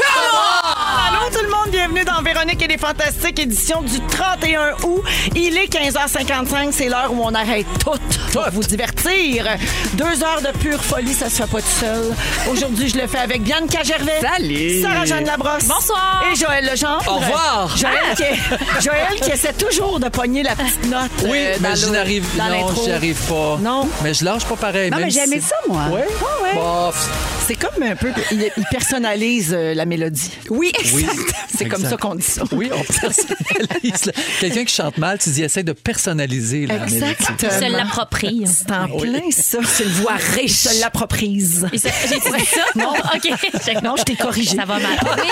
Allô tout le monde, bienvenue dans Véronique et les Fantastiques, édition du 31 août. Il est 15h55, c'est l'heure où on arrête tout pour vous divertir. Deux heures de pure folie, ça se fait pas tout seul. Aujourd'hui, je le fais avec Bianca Gervais, Salut. Sarah-Jeanne Labrosse Bonsoir. et Joël Legendre. Au revoir. Joël, qui, Joël qui essaie toujours de pogner la petite note Oui, euh, dans mais je le- n'arrive dans non, l'intro. j'y arrive pas. Non. mais je lâche pas pareil. Non, même mais j'ai aimé si- ça, moi. Ouais. Ah ouais. Bof. C'est comme un peu. Il, il personnalise euh, la mélodie. Oui, Oui, C'est comme exact. ça qu'on dit ça. Oui, on personnalise. là. Quelqu'un qui chante mal, tu dis essaie de personnaliser. la mélodie. Exactement. se l'approprie. C'est en plein ça. C'est une voix riche. Je l'approprise. Et ça- J'ai dit ça? Non. OK. Non, je t'ai corrigé. Ça va mal. Oui.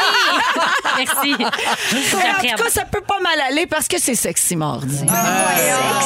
Merci. Ouais, en J'appréhende. tout cas, ça peut pas mal aller parce que c'est sexy mardi.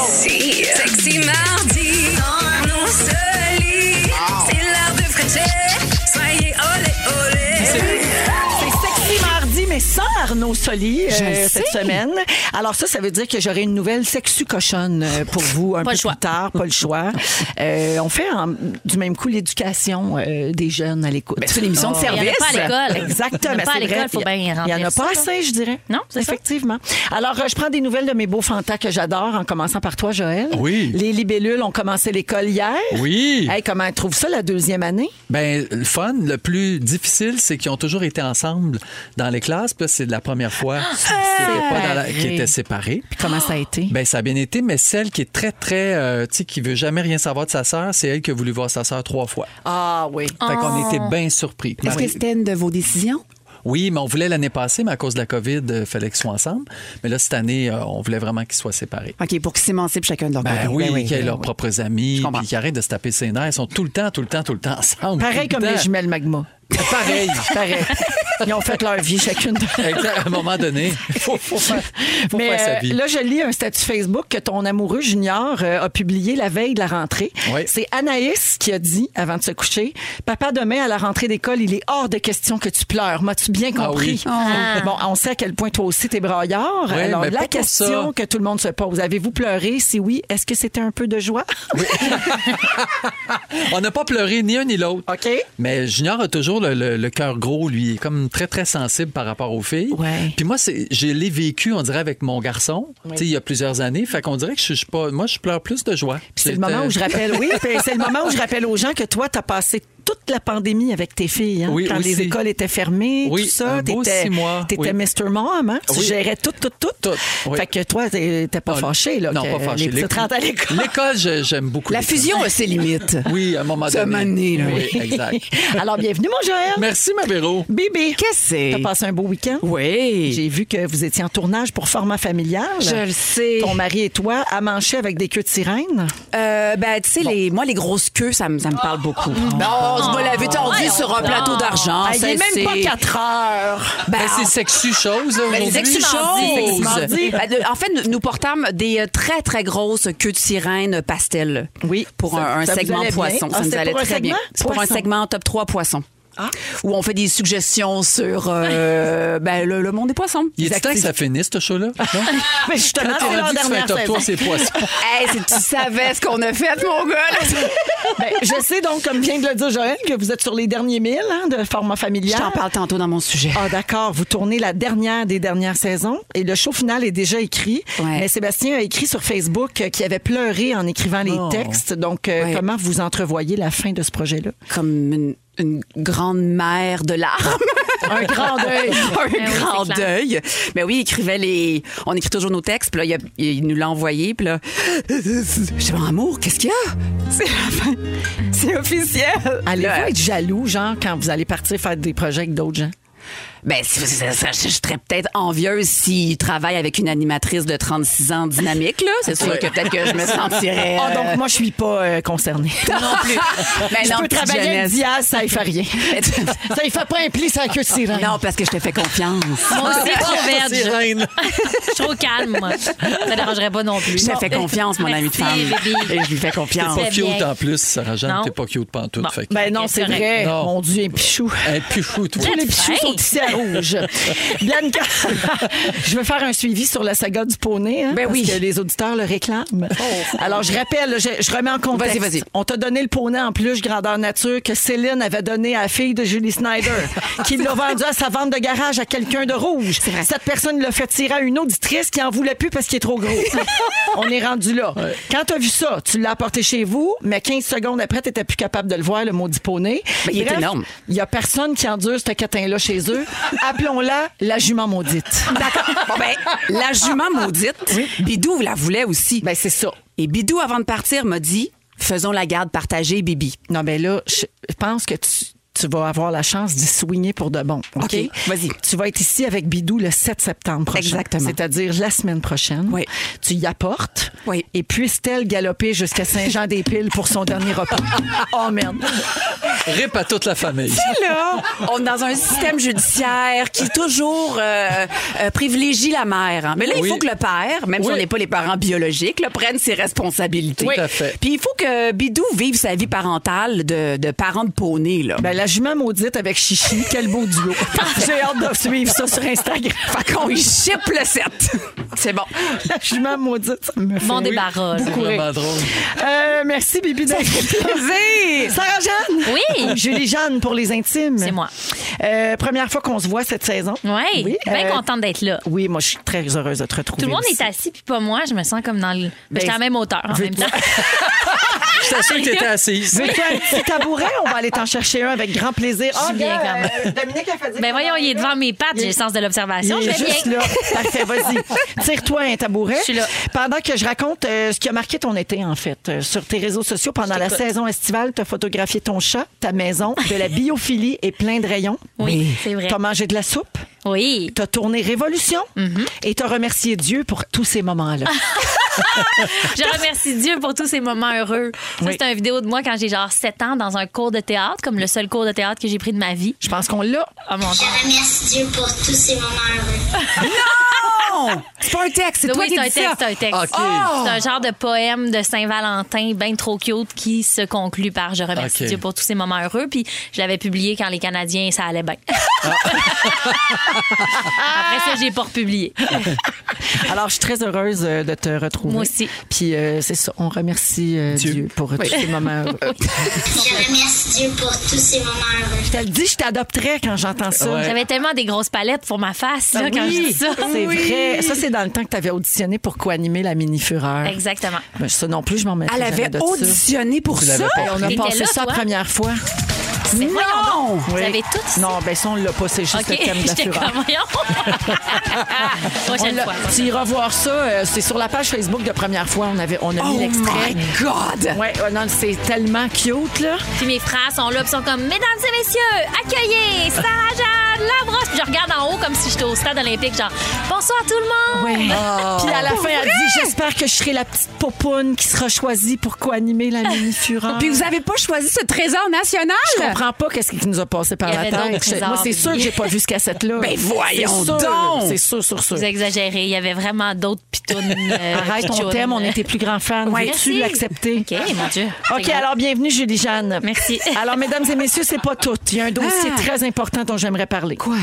Sexy, sexy mardi, dans nos seuls lits. C'est l'heure de Frencher. Soyez olé olé. C'est sexy mardi, mais sans Arnaud Soli euh, le cette sais. semaine. Alors ça, ça veut dire que j'aurai une nouvelle sexu cochonne euh, pour vous un Pas peu le choix. plus tard, pas le choix. Euh, on fait en- du même coup l'éducation euh, des jeunes à l'écoute. Ben, Ah. c'est une émission de Il y en a service. pas à l'école. Exactement. Il y en a pas à Ben, c'est l'école, vrai. faut bien Il y en a remplir pas ça. assez, je dirais. Non, c'est ça. Effectivement. Alors, euh, je prends des nouvelles de mes beaux fantas que j'adore, en commençant par toi, Joël. Oui. Les libellules ont commencé l'école hier. Oui. Hey, comment trouve ça la deuxième année? Ben, le fun, le plus difficile, c'est qu'ils ont toujours été ensemble dans les classes. Puis là, c'est la première fois Ah! qu'ils étaient, pas dans la- qu'ils étaient séparés. Puis comment Ah. ça a été? Ben, ça a bien été, mais celle qui est très, très, euh, tu sais, qui veut jamais rien savoir de sa sœur, c'est elle qui a voulu voir sa sœur trois fois. Ah oui. Fait qu'on était bien surpris. Est-ce que c'était une de vos décisions? Oui, mais on voulait l'année passée, mais à cause de la COVID, il fallait qu'ils soient ensemble. Mais là, cette année, euh, on voulait vraiment qu'ils soient séparés. OK, pour qu'ils s'émancipent chacun de leur Ben côté. oui, Ben qu'ils aient ben leurs oui. propres amis, Je comprends. puis qu'ils arrêtent de se taper ses nerfs. Ils sont tout le temps, tout le temps, tout le temps ensemble. Pareil tout comme le les temps. jumelles Magma. Pareil. Pareil. Ils ont fait leur vie chacune. de- Exact, à un moment donné, il faut, faut faire, faut Mais faire sa euh, vie. là, je lis un statut Facebook que ton amoureux Junior euh, a publié la veille de la rentrée. Oui. C'est Anaïs qui a dit, avant de se coucher, « Papa, demain, à la rentrée d'école, il est hors de question que tu pleures. M'as-tu bien Ah compris? oui. Bon, on sait à quel point toi aussi, t'es braillard. Oui, Alors, mais pas la pour question ça. que tout le monde se pose, avez-vous pleuré? Si oui, est-ce que c'était un peu de joie? On n'a pas pleuré ni un ni l'autre. OK. Mais Junior a toujours le, le- le cœur gros, lui. Il est comme très, très sensible par rapport aux filles. Ouais. Puis moi, c'est- je l'ai vécu, on dirait, avec mon garçon, tu sais, il y a plusieurs années. Fait qu'on dirait que je, je suis pas. Moi, je pleure plus de joie. Puis c'est le moment où je rappelle, oui, puis c'est le moment où je rappelle aux gens que toi, t'as passé toute la pandémie avec tes filles, hein, Oui, quand les aussi. écoles étaient fermées, Oui, tout ça. un beau t'étais- six mois, T'étais oui. Mr. Mom, hein? Tu Oui. gérais tout, tout, tout. Tout, oui. Fait que toi, t'es t'es pas Ah, fâché, là. Non, que pas fâché. Les petites L'école- rentrent à l'école. L'école, je- j'aime beaucoup. La l'école. fusion a ses limites. Oui, à un moment Ça m'a donné. amené, là. Oui, exact. Alors, bienvenue, mon Joël. Merci, ma Véro. Bibi. Qu'est-ce que c'est? T'as passé un beau week-end? Oui. J'ai vu que vous étiez en tournage pour format familial. Je le sais. Ton mari et toi à mancher avec des queues de sirène. Euh, ben, tu sais, les, moi, les grosses queues, ça me, ça me parle beaucoup. Non, je me l'avais tordu sur un plateau d'argent. Ah, il est même pas 4 heures. Ben, Ben, c'est sexu chose. là, Ben, aujourd'hui. les sexy mardi. choses. Mardi. Ben, de- en fait, nous, nous portâmes des euh, très, très grosses queues de sirène pastel. Oui. Pour Ça- un, un ça vous segment allait bien? poisson. Ah, ça nous c'est allait pour un très bien. segment C'est pour un poisson. Ah. segment top 3 poissons. Où on fait des suggestions sur euh, ben, le, le monde des poissons. Il Des est temps que activités. ça finisse, ce show-là? Non? Mais justement, Ah, Quand t'es c'est leur rendu que tu fais un dernière top saison. 3, c'est poisson. Hey, si tu savais ce qu'on a fait, mon gars! là. Ben, je sais donc, comme vient de le dire Joël, que vous êtes sur les derniers milles hein, de format Je familial. t'en parle tantôt dans mon sujet. Ah d'accord, vous tournez la dernière des dernières saisons et le show final est déjà écrit. Ouais. Mais Sébastien a écrit sur Facebook euh, qu'il avait pleuré en écrivant les Oh. textes. Donc euh, Ouais. comment vous entrevoyez la fin de ce projet-là Comme une, une grande mère de larmes. Un grand deuil. un oui, c'est grand clair. deuil. Mais oui, il écrivait les. On écrit toujours nos textes, puis là, il, a- il nous l'a envoyé, puis là. J'ai mon amour, qu'est-ce qu'il y a? C'est la fin. C'est officiel. Allez-vous Là, être jaloux, genre quand vous allez partir faire des projets avec d'autres gens Ben, si- ça- ça- je serais peut-être envieuse s'il travaille avec une animatrice de 36 ans dynamique, là. C'est sûr que peut-être que je me sentirais. Ah, euh, donc moi, je suis pas euh, concernée. non plus. Mais je non, peux petite travailler avec jeunesse. Diaz, ça y fait rien. Mais tu- ça y fait pas un pli sans queue de sirène. Non, parce que je te fais confiance. Moi aussi, trop verte. Sirène. Je suis trop calme, moi. Ça dérangerait pas non plus. Je te fais confiance, mon ami de femme. Merci, bébé. Et je lui fais confiance. Pas C'est bien. cute en plus, Sarah Jeanne, Non. t'es pas cute pantoute. Bon. Fait que- Ben non, Ok, c'est correct. vrai. Non. Mon Dieu, un pichou. Elle est plus fou, toi. Tous les Hey. pichous sont ici à rouge. Bianca, je veux faire un suivi sur la saga du poney. hein, Ben parce oui. Oh, que les auditeurs le réclament. Alors, je rappelle, je, je remets en contexte. Vas-y, vas-y. On t'a donné le poney en plus grandeur nature que Céline avait donné à la fille de Julie Snyder, qui l'a vendu à sa vente de garage à quelqu'un de rouge. Cette personne l'a fait tirer à une auditrice qui en voulait plus parce qu'il est trop gros. On est rendu là. Quand t'as vu ça, tu l'as apporté chez vous, mais 15 secondes après, t'étais plus capable de le voir, le maudit poney. Ben, il est Bref, énorme. il n'y a personne qui endure ce catin-là chez eux. Appelons-la la jument maudite. Bon, ben, la jument maudite, Bidou la voulait aussi. Ben, c'est ça. Et Bidou, avant de partir, m'a dit Faisons la garde partagée, Bibi. Non, mais là, je je pense que tu, tu vas avoir la chance d'y soigner pour de bon. OK? OK, vas-y. Tu vas être ici avec Bidou le 7 septembre prochain. Exactement. C'est-à-dire la semaine prochaine. Oui. Tu y apportes. Oui. Et puisse-t-elle galoper jusqu'à Saint-Jean-des-Piles pour son dernier repas. Oh, Amen. Rip à toute la famille. Là, on est dans un système judiciaire qui toujours euh, euh, privilégie la mère. hein. Mais là, il Oui. faut que le père, même si Oui. on n'est pas les parents biologiques, là, prenne ses responsabilités. Tout à fait. Puis il faut que Bidou vive sa vie parentale de, de parent de poney. Là. Ben, la jument maudite avec Chichi, quel beau duo. J'ai hâte de suivre ça sur Instagram. Fait qu'on y ship le 7. C'est bon. La jument maudite, ça me fait Bon rire. débarras. là. Beaucoup rire. Vraiment drôle. Euh, merci, Bibi, d'être là. Sarah Jeanne. Oui. Julie Jeanne pour les intimes. C'est moi. Euh, première fois qu'on se voit cette saison. Ouais, bien euh, contente d'être là. Oui, moi, je suis très heureuse de te retrouver. Tout le monde aussi. est assis, puis pas moi. Je me sens comme dans le. Ben, J'étais à la même hauteur en même temps. Je t'assure que t'étais assise. Veux-tu un petit tabouret? On va aller t'en chercher un avec grand plaisir. Je suis Ah, bien gars, quand euh, Dominique a fait dire Ben qu'on voyons, il est devant mes pattes. J'ai le sens de Il l'observation. est Ah, Je vais juste bien. là. Parfait, vas-y. Tire-toi un tabouret. Je suis là. Pendant que je raconte euh, ce qui a marqué ton été, en fait, euh, sur tes réseaux sociaux, pendant la saison estivale, tu as photographié ton chat, ta maison, de la biophilie et plein de rayons. Oui, c'est vrai. Tu as mangé de la soupe, Oui. tu as tourné Révolution Mm-hmm. et tu as remercié Dieu pour tous ces moments-là. Je remercie Dieu pour tous ces moments heureux. Ça, Oui. c'est une vidéo de moi quand j'ai genre 7 ans dans un cours de théâtre, comme le seul cours de théâtre que j'ai pris de ma vie. Je pense qu'on l'a. Oh mon Je remercie Dieu pour tous ces moments heureux. C'est pas un texte, c'est toi Oui, qui c'est un dis ça. texte, c'est un texte. OK. Oh! C'est un genre de poème de Saint-Valentin, bien trop cute, qui se conclut par Je remercie OK. Dieu pour tous ces moments heureux. Puis je l'avais publié quand les Canadiens, ça allait bien. Après ça, j'ai pas republié. Alors, je suis très heureuse euh, de te retrouver. Moi aussi. Puis, euh, c'est ça, on remercie euh, Dieu. Dieu. pour euh, tous ces moments. heureux. Je remercie Dieu pour tous ces moments heureux. je te le dis, je t'adopterais quand j'entends ça. Ouais. J'avais tellement des grosses palettes pour ma face là, Ah quand oui, je dis ça. C'est vrai. Ça, c'est dans le temps que tu avais auditionné pour co-animer la mini-fureur. Exactement. Ben, ça non plus, je m'en mets Elle avait auditionné pour l'avais ça. pas On a T'étais passé là, ça la toi? première fois. Mais voyons donc. Non! Oh Vous avez tous- Non, ben ça, on l'a pas. C'est juste OK, le thème de la j'étais fureur. comme, voyons. On Prochaine l'a- fois. tu iras voir ça. euh, c'est sur la page Facebook de première fois. On, avait, on a Oh mis my l'extrait. God! Ouais, oh non, c'est tellement cute, là. Puis mes frères sont là, puis sont comme Mesdames et messieurs, accueillez Sarah Jeanne Labrosse. Puis je regarde en haut comme si j'étais au stade olympique, genre Bonsoir tout le monde. Ouais. Oh. Puis à la fin, elle dit J'espère que je serai la petite popoune qui sera choisie pour co-animer la mini fureur. Puis vous avez pas choisi ce trésor national? Je comprends pas qu'est-ce qui nous a passé par Il y la avait d'autres tête. Je- trésors Moi, c'est sûr que j'ai pas vu ce cassette-là. Ben, voyons C'est sûr, donc! C'est sûr, sûr, sûr. Vous exagérez, il y avait vraiment d'autres pitounes. euh, Arrête, on pitchounes. t'aime, on est tes plus grands fans. Ouais. Veux-tu Merci. l'accepter? OK, mon Dieu. OK, alors bienvenue, Julie-Jeanne. Merci. Alors, mesdames et messieurs, c'est pas tout. Il y a un dossier Ah. très important dont j'aimerais parler. Quoi?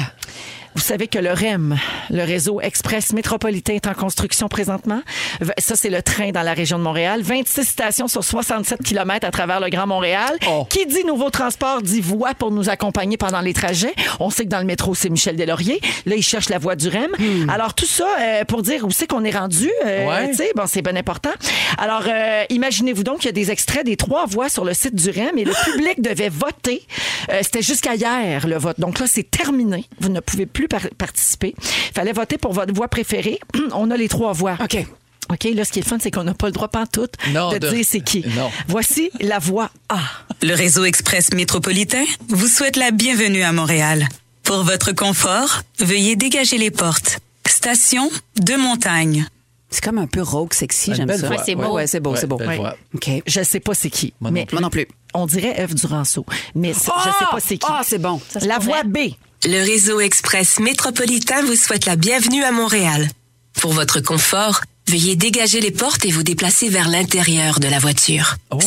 Vous savez que le REM, le réseau express métropolitain, est en construction présentement. V- Ça, c'est le train dans la région de Montréal. 26 stations sur 67 km à travers le Grand Montréal. Oh. Qui dit nouveau transport dit voie pour nous accompagner pendant les trajets. On sait que dans le métro, c'est Michel Delaurier. Là, il cherche la voie du REM. Hmm. Alors, tout ça euh, pour dire où c'est qu'on est rendu. euh, Ouais. tu sais, Bon, c'est bien important. Alors, euh, imaginez-vous donc qu'il y a des extraits des trois voix sur le site du REM et le public devait voter. Euh, C'était jusqu'à hier, le vote. Donc là, c'est terminé. Vous ne pouvez plus par- participer. Il fallait voter pour votre voix préférée. On a les trois voix. OK. OK, là, ce qui est le fun, c'est qu'on n'a pas le droit pantoute Non, de, de- dire c'est qui. Non. Voici la voix A. Le réseau express métropolitain vous souhaite la bienvenue à Montréal. Pour votre confort, veuillez dégager les portes. Station de montagne. C'est comme un peu rauque, sexy, Une j'aime belle ça. voix, Ouais, c'est beau. Ouais, c'est beau, Ouais, c'est beau. belle voix. OK. Je sais pas c'est qui. Moi non mais Moi non plus. On dirait Eve Duranceau. Mais c- je sais pas c'est qui. Ah, c'est bon. se La voix pourrait. B. Le réseau express métropolitain vous souhaite la bienvenue à Montréal. Pour votre confort, veuillez dégager les portes et vous déplacer vers l'intérieur de la voiture. Oh.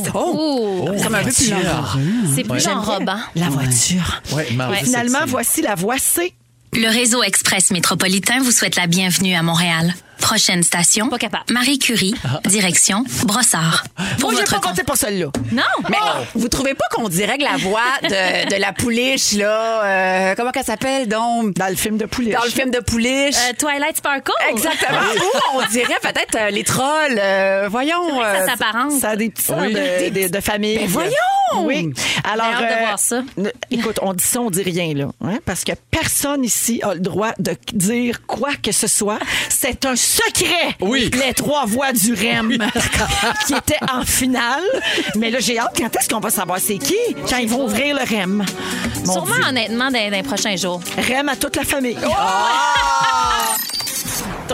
Ouh, Ça m'a un peu plus voiture. genre. c'est plus Ouais. enrobant. La voiture. Ouais, Mardi Ouais. sexy. Finalement, voici la voix C. Le réseau express métropolitain vous souhaite la bienvenue à Montréal. Prochaine station, Pas capable. Marie Curie, direction Brossard. Pour Ah. Moi, j'ai votre pas compte- compté pour celle-là. Non! Mais vous trouvez pas qu'on dirait que la voix de, de la pouliche, là, euh, comment qu'elle s'appelle donc? Dans le film de Poulet. Dans le film de pouliche. Euh, Twilight Sparkle. Exactement. Ou on dirait peut-être euh, les trolls. euh, voyons. Ça euh, s'apparente. Ça a des petits sens Oui. de, de- de famille. Ben voyons! Oui. Alors, J'ai hâte de voir ça. ne- écoute, on dit ça, on dit rien, là. hein, parce que personne ici a le droit de dire quoi que ce soit. C'est un secret! Oui. Les trois voix du REM qui étaient en finale. Mais là, j'ai hâte. Quand est-ce qu'on va savoir c'est qui? Quand ils vont ouvrir le REM. Mon Sûrement, Oh! Dieu. honnêtement, dans, dans les prochains jours. REM à toute la famille.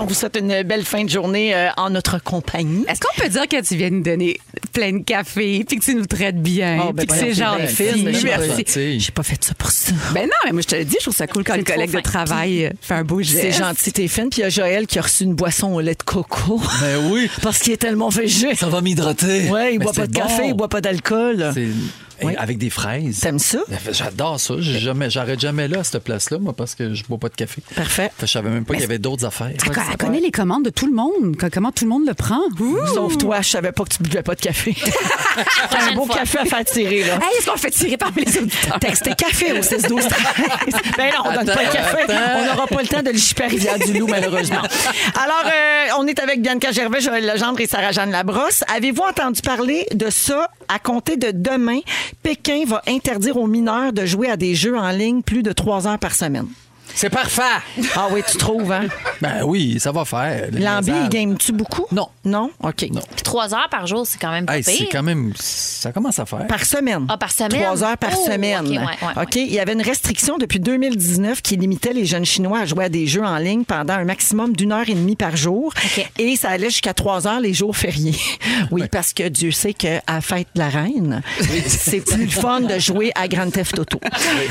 On vous souhaite une belle fin de journée euh, en notre compagnie. Est-ce qu'on peut dire que tu viens nous donner plein de café, puis que tu nous traites bien, Ah, Oh, ben puis que voyons, c'est c'est gentil, bien fine, mais je suis pas merci. gentille. J'ai pas fait ça pour ça. Ben non, mais moi je te le dis, je trouve ça cool quand une trop collègue de fin. travail euh, fait un beau geste. C'est gentil, t'es fine. Puis il y a Joël qui a reçu une boisson au lait de coco. Ben oui. Parce qu'il est tellement végé. Ça va m'hydrater. Ouais, il Mais boit pas c'est de café, bon. il boit pas d'alcool. C'est- Oui. Hey, Avec des fraises. T'aimes ça? Ben, J'adore ça. J'ai jamais- J'arrête jamais, là à cette place-là, moi, parce que je bois pas de café. Parfait. Ah, Fait que Je savais même pas qu'il y avait d'autres affaires. Elle, elle connaît les commandes de tout le monde, co- comment tout le monde le prend. Sauf toi, je savais pas que tu buvais pas de café. T'as un beau café à faire tirer, là. Hey, est-ce qu'on le fait tirer parmi les auditeurs? Textez café au 16 12 Ben non, on donne pas le café. On n'aura pas le temps de le chipper à Rivière-du-Loup, malheureusement. Alors, euh, on est avec Bianca Gervais, Joël Legendre et Sarah-Jeanne Labrosse. Avez-vous entendu parler de ça? À compter de demain, Pékin va interdire aux mineurs de jouer à des jeux en ligne plus de trois heures par semaine. C'est parfait! Ah oui, tu trouves, hein? Ben oui, ça va faire. Le Lambi, niaisage. il game-tu beaucoup? Non. Non? OK. Non. Puis trois heures par jour, c'est quand même pas Hey, c'est pire. quand même. Ça commence à faire. Par semaine. Ah, par semaine? Trois heures par Oh, semaine. ok, ouais, ouais, OK, Il y avait une restriction depuis 2019 qui limitait les jeunes Chinois à jouer à des jeux en ligne pendant un maximum d'une heure et demie par jour. OK. Et ça allait jusqu'à trois heures les jours fériés. Oui, parce que Dieu sait qu'à la fête de la reine, c'est plus le fun de jouer à Grand Theft Auto.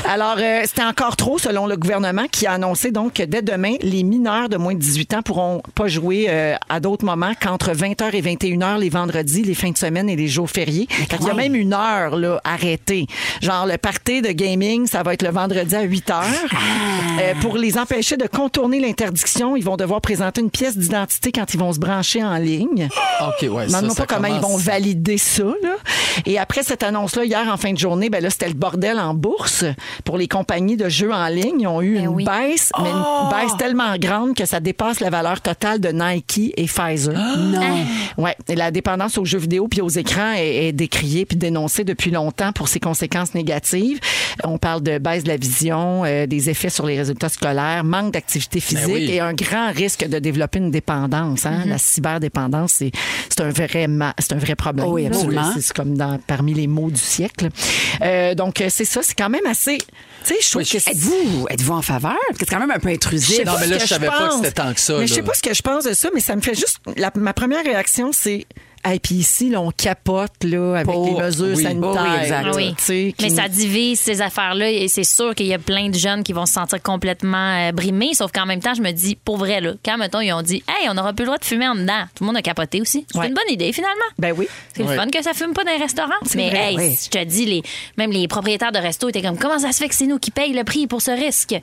Alors, euh, c'était encore trop selon le gouvernement qui a annoncé donc que dès demain, les mineurs de moins de 18 ans pourront pas jouer euh, à d'autres moments qu'entre 20h et 21h les vendredis, les fins de semaine et les jours fériés. Il y a même une heure là, arrêtée. Genre, le party de gaming, ça va être le vendredi à 8 heures. Euh, pour les empêcher de contourner l'interdiction, ils vont devoir présenter une pièce d'identité quand ils vont se brancher en ligne. OK, ouais. ça, Demande-moi ça pas comment ils vont commence. valider ça. Là. Et après cette annonce-là, hier en fin de journée, ben là, c'était le bordel en bourse pour les compagnies de jeux en ligne. Ils ont eu une oui. baisse, mais une Ah! baisse tellement grande que ça dépasse la valeur totale de Nike et Pfizer. Ah! Ah! Non. Ouais, et la dépendance aux jeux vidéo puis aux écrans est, est décriée puis dénoncée depuis longtemps pour ses conséquences négatives. On parle de baisse de la vision, euh, des effets sur les résultats scolaires, manque d'activité physique Ben oui. et un grand risque de développer une dépendance. Mm-hmm. Hein? La cyberdépendance, c'est c'est un vrai ma- c'est un vrai problème. Oh Oui, là. absolument. C'est- C'est comme dans, parmi les mots du siècle. Euh, donc euh, c'est ça, c'est quand même assez. Tu sais, je trouve que c'est- Êtes-vous êtes-vous en faveur? Parce que C'est quand même un peu je intrusif. sais Non, pas mais ce là, je que savais pas que pense. c'était tant que ça, Mais je sais là. pas ce que je pense de ça, mais ça me fait juste. la- ma première réaction, c'est. Et puis ici, là, on capote là, avec Pas- les mesures oui. sanitaires. Pas oui, exact. Ah là, oui. tu sais, qui Mais ça nous- divise ces affaires-là et c'est sûr qu'il y a plein de jeunes qui vont se sentir complètement euh, brimés. Sauf qu'en même temps, je me dis, pour vrai, là, quand mettons, ils ont dit, hey, on n'aura plus le droit de fumer en dedans, tout le monde a capoté aussi. C'est Ouais. une bonne idée finalement. Ben oui. C'est le Ouais. fun que ça fume pas dans les restaurants. Mais vrai, hey, oui. je te dis, les, même les propriétaires de restos étaient comme comment ça se fait que c'est nous qui payons le prix pour ce risque?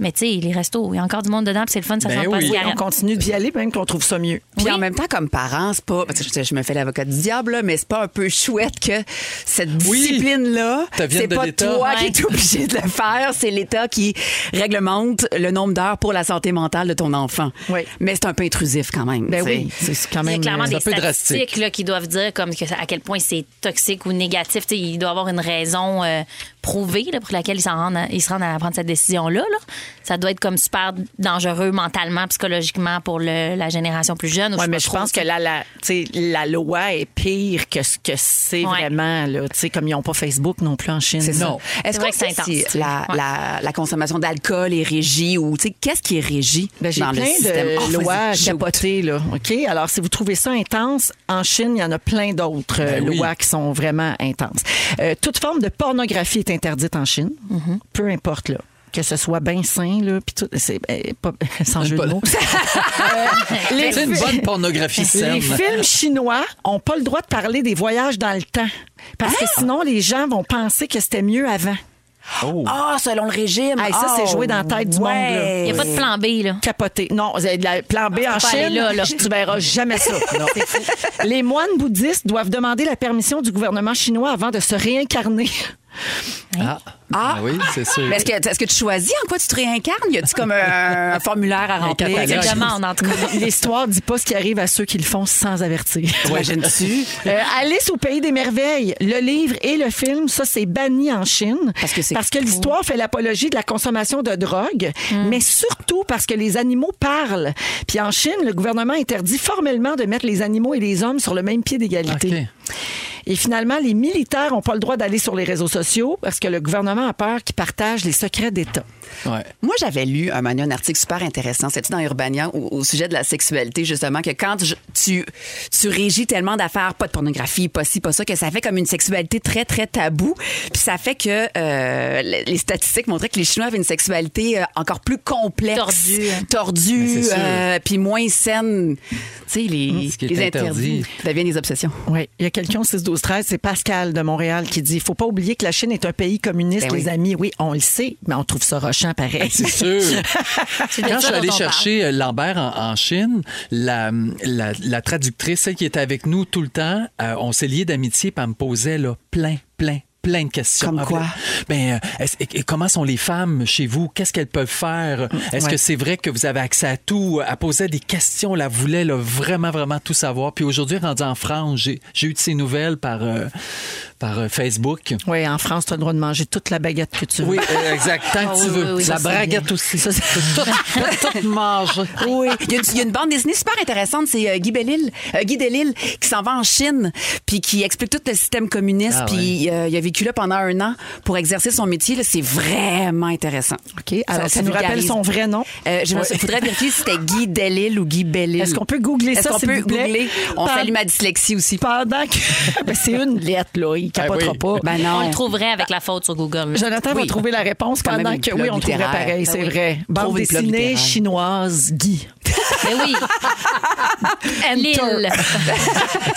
Mais tu sais, les restos, il y a encore du monde dedans, puis c'est le fun, ça Ben sent pas oui. le Oui, On continue d'y aller, même qu'on trouve ça mieux. Puis Oui. en même temps, comme parent, c'est pas. parce que je, je me fais l'avocat du diable, là, mais c'est pas un peu chouette que cette Oui. discipline-là, Ça vient c'est de pas l'État. toi Ouais. qui es obligé de le faire, c'est l'État qui réglemente le nombre d'heures pour la santé mentale de ton enfant. Oui. Mais c'est un peu intrusif quand même. Ben tu sais. oui, c'est c'est quand Il y a même. clairement euh, des un peu statistiques drastique. là, qui doivent dire comme que, à quel point c'est toxique ou négatif. Tu sais, il doit y avoir une raison euh, prouver là, pour laquelle ils, s'en rendent à- ils se rendent à prendre cette décision-là. là. Ça doit être comme super dangereux mentalement, psychologiquement pour le- la génération plus jeune. ou Ouais, sais mais pas je trop, pense tu que la, la, tu sais, la loi est pire que ce que c'est Ouais. vraiment. Là, Tu sais, comme ils n'ont pas Facebook non plus en Chine. C'est ça. Non. Est-ce C'est qu'on vrai que sait c'est intense, si tu sais. la, Ouais. la, la consommation d'alcool est régie ou, tu sais, qu'est-ce qui est régi Ben, j'ai dans plein le système? de Oh, vas-y, lois shoot. capotées, là. OK? Alors, si vous trouvez ça intense, en Chine, il y en a plein d'autres euh, Ben oui. lois qui sont vraiment intenses. Euh, toute forme de pornographie est interdite en Chine. Peu importe, là. Que ce soit bien sain, là, puis tout. C'est euh, pas- sans jeu de pas- mots. Euh, les C'est une fi- bonne pornographie Les saine. films chinois ont pas le droit de parler des voyages dans le temps. Parce que sinon, les gens vont penser que c'était mieux avant. Ah, selon le régime. Ah, Hey, ça, c'est joué dans la tête du monde, là. Il n'y a pas de plan B, là. capoté. Non, vous avez de la- plan B en Ah, pas Chine, aller là, là. tu verras jamais ça. C'est fou. Les moines bouddhistes doivent demander la permission du gouvernement chinois avant de se réincarner. Ah. Ah. Ah oui, c'est sûr. Mais Est-ce que, est-ce que tu choisis en quoi tu te réincarnes? Y a-tu comme un, un formulaire à remplir? catalogue. Quelque Je chose? demande, en tout cas. L'histoire dit pas ce qui arrive à ceux qui le font sans avertir. T'imagines-tu? Euh, Alice au pays des merveilles, le livre et le film, ça c'est banni en Chine Parce que c'est l'histoire fait l'apologie de la consommation de drogue, mais surtout parce que les animaux parlent. Puis en Chine, le gouvernement interdit formellement de mettre les animaux et les hommes sur le même pied d'égalité. Et finalement, les militaires n'ont pas le droit d'aller sur les réseaux sociaux parce que le gouvernement a peur qu'ils partagent les secrets d'État. Ouais. Moi, j'avais lu un, manuel, un article super intéressant, c'était dans Urbania, au, au sujet de la sexualité, justement, que quand je- tu, tu régis tellement d'affaires, pas de pornographie, pas ci, pas ça, que ça fait comme une sexualité très, très taboue. Puis ça fait que euh, les les statistiques montraient que les Chinois avaient une sexualité euh, encore plus complexe, Tordue, hein. tordue, Mais Ben, c'est sûr. euh, puis moins saine. Tu sais, les, Ce qui est les interdit. interdits deviennent des obsessions. Oui, il y a quelqu'un au 6 12 13, c'est Pascal de Montréal qui dit faut pas oublier que la Chine est un pays communiste, Ben oui. les amis. Oui, on le sait, mais on trouve ça rochant pareil. C'est sûr. de Quand ça je suis dont allée on chercher euh, Lambert en, en Chine, la, la- la traductrice, celle qui était avec nous tout le temps, euh, on s'est liés d'amitié puis elle me posait là, plein, plein plein de questions. Comme Ah, quoi? Ben, euh, est-ce- et- et comment sont les femmes chez vous? Qu'est-ce qu'elles peuvent faire? Est-ce que c'est vrai que vous avez accès à tout? Elle posait des questions, là, elle voulait là, vraiment, vraiment tout savoir. Puis aujourd'hui, rendue en France, j'ai j'ai eu de ces nouvelles par, euh, par euh, Facebook. Oui, en France, tu as le droit de manger toute la baguette que tu veux. Oui, euh, exact. Tant Ah que oui, tu oui, veux. oui, La ça, c'est braguette aussi. Ça, tout, tout manger. Oui. Il y, a, une- il y a une bande dessinée super intéressante, c'est euh, Guy Bellil, euh, Guy Delisle, qui s'en va en Chine, puis qui explique tout le système communiste, Ah puis euh, il a vécu là pendant un an pour exercer son métier. là. C'est vraiment intéressant. OK, alors ça nous vulgarise. rappelle son vrai nom. Euh, je me Ouais. faudrait vérifier si c'était Guy Delisle ou Guy Bellil. Est-ce qu'on peut googler Est-ce ça, qu'on s'il peut vous plaît? googler? On Pend- salue ma dyslexie aussi. Pendant que. Ben, c'est une lettre, là. Il capotera oui. pas. Ben On non. le trouverait avec la faute sur Google. Jonathan va Oui. trouver la réponse Quand même pendant une que. blog Oui, on trouverait littéraire. pareil, Ben c'est oui. vrai. Bande Trouve une blog dessinée littéraire. chinoise, Guy. Mais oui. Lille.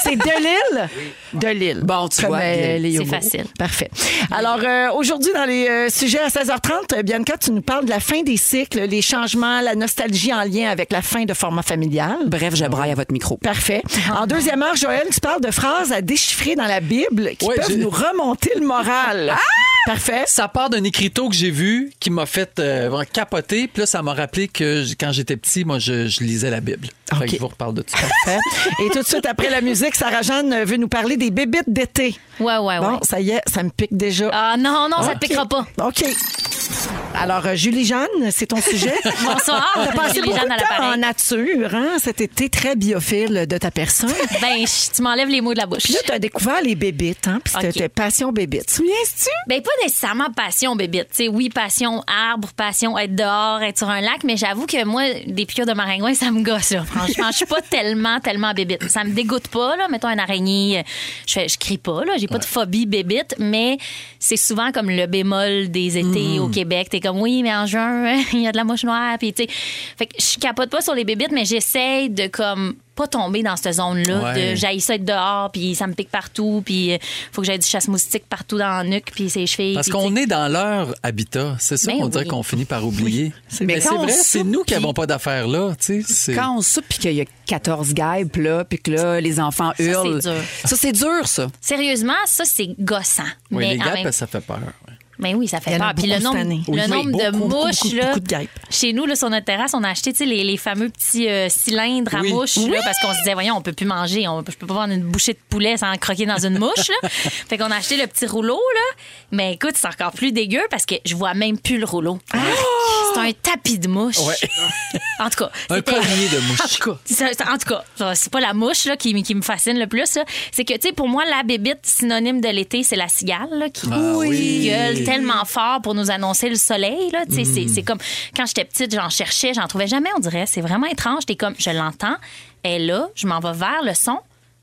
C'est de Lille? De Lille. Bon, tu Comme, vois, euh, Lille. les C'est yogos. facile. Parfait. Alors, euh, aujourd'hui, dans les euh, sujets à 16h30, euh, Bianca, tu nous parles de la fin des cycles, les changements, la nostalgie en lien avec la fin de format familial. Bref, je braille à votre micro. Parfait. En Ah. deuxième heure, Joël, tu parles de phrases à déchiffrer dans la Bible qui Ouais, peuvent j'ai- nous remonter le moral. Ah! Parfait. Ça part d'un écriteau que j'ai vu qui m'a fait euh, vraiment capoter. Puis là, ça m'a rappelé que j- quand j'étais petit, moi, je, je lisais la Bible. Fait Ok. que je vous reparle de ça. Parfait. Et tout de suite après la musique, Sarah-Jeanne veut nous parler des bébites d'été. Ouais, Ah ouais, bon, ouais. ça y est, ça me pique déjà. Ah non, non, ça te OK. piquera pas. OK. Alors, euh, Julie-Jeanne, c'est ton sujet. Ah, Bonsoir, T'as passé beaucoup de Julie-Jeanne à temps l'appareil. en nature, hein, cet été très biophile de ta personne. Ben, je- tu m'enlèves les mots de la bouche. Puis là, t'as découvert les bébites, hein, puis OK. c'était passion bébite. Souviens-tu? Ben, pas nécessairement passion, bébite. Tu sais, oui, passion arbre, passion être dehors, être sur un lac, mais j'avoue que moi, des piqûres de maringouin, ça me gosse, là. Franchement, je suis pas tellement, tellement bébite. Ça me dégoûte pas, là. Mettons, une araignée, euh, je, fais- je crie pas, là. J'ai pas de phobie bébite, mais c'est souvent comme le bémol des étés au Québec. T'es comme, oui, mais en juin, il y a de la mouche noire, puis tu sais. Fait que je capote pas sur les bébites, mais j'essaye de, comme, pas tomber dans cette zone-là Ouais. de j'haïs ça être dehors, puis ça me pique partout, puis euh, faut que j'aille du chasse-moustique partout dans la nuque, puis ses chevilles. Parce puis qu'on tu sais. est dans leur habitat. C'est ça Ben qu'on oui. dirait qu'on finit par oublier. Mais vrai. c'est Quand on vrai, c'est soupe, nous qui puis- n'avons pas d'affaires là. tu sais, c'est- Quand on soupe puis qu'il y a 14 guêpes, là, puis que là, les enfants hurlent. c'est dur. Ça, c'est dur, ça. Sérieusement, ça, c'est gossant. Oui, Mais les en gars, même- parce que ça fait peur. ouais. Mais oui, ça Il y fait en a peur. Puis le beaucoup nombre, cette année. le Oui, nombre de beaucoup, beaucoup, mouches, beaucoup, là, beaucoup de guêpes. chez nous, là, sur notre terrasse, on a acheté tu sais, les, les fameux petits euh, cylindres à Oui. mouches là, parce qu'on se disait, voyons, on peut plus manger. On, je peux pas prendre une bouchée de poulet sans croquer dans une mouche. là. fait qu'on a acheté le petit rouleau. là. Mais écoute, c'est encore plus dégueu parce que je vois même plus le rouleau. Ah! C'est un tapis de mouches. en tout cas. Un c'était- collier de mouches. En tout cas, c'est- c'est- en tout cas, genre, c'est pas la mouche là, qui, m- qui me fascine le plus. là. C'est que, tu sais, pour moi, la bébite synonyme de l'été, c'est la cigale là, qui Ah oui. gueule tellement fort pour nous annoncer le soleil. Là. Tu sais, C'est, c'est comme quand j'étais petite, j'en cherchais, j'en trouvais jamais, on dirait. C'est vraiment étrange. T'es comme, je l'entends, elle est là, je m'en vais vers le son,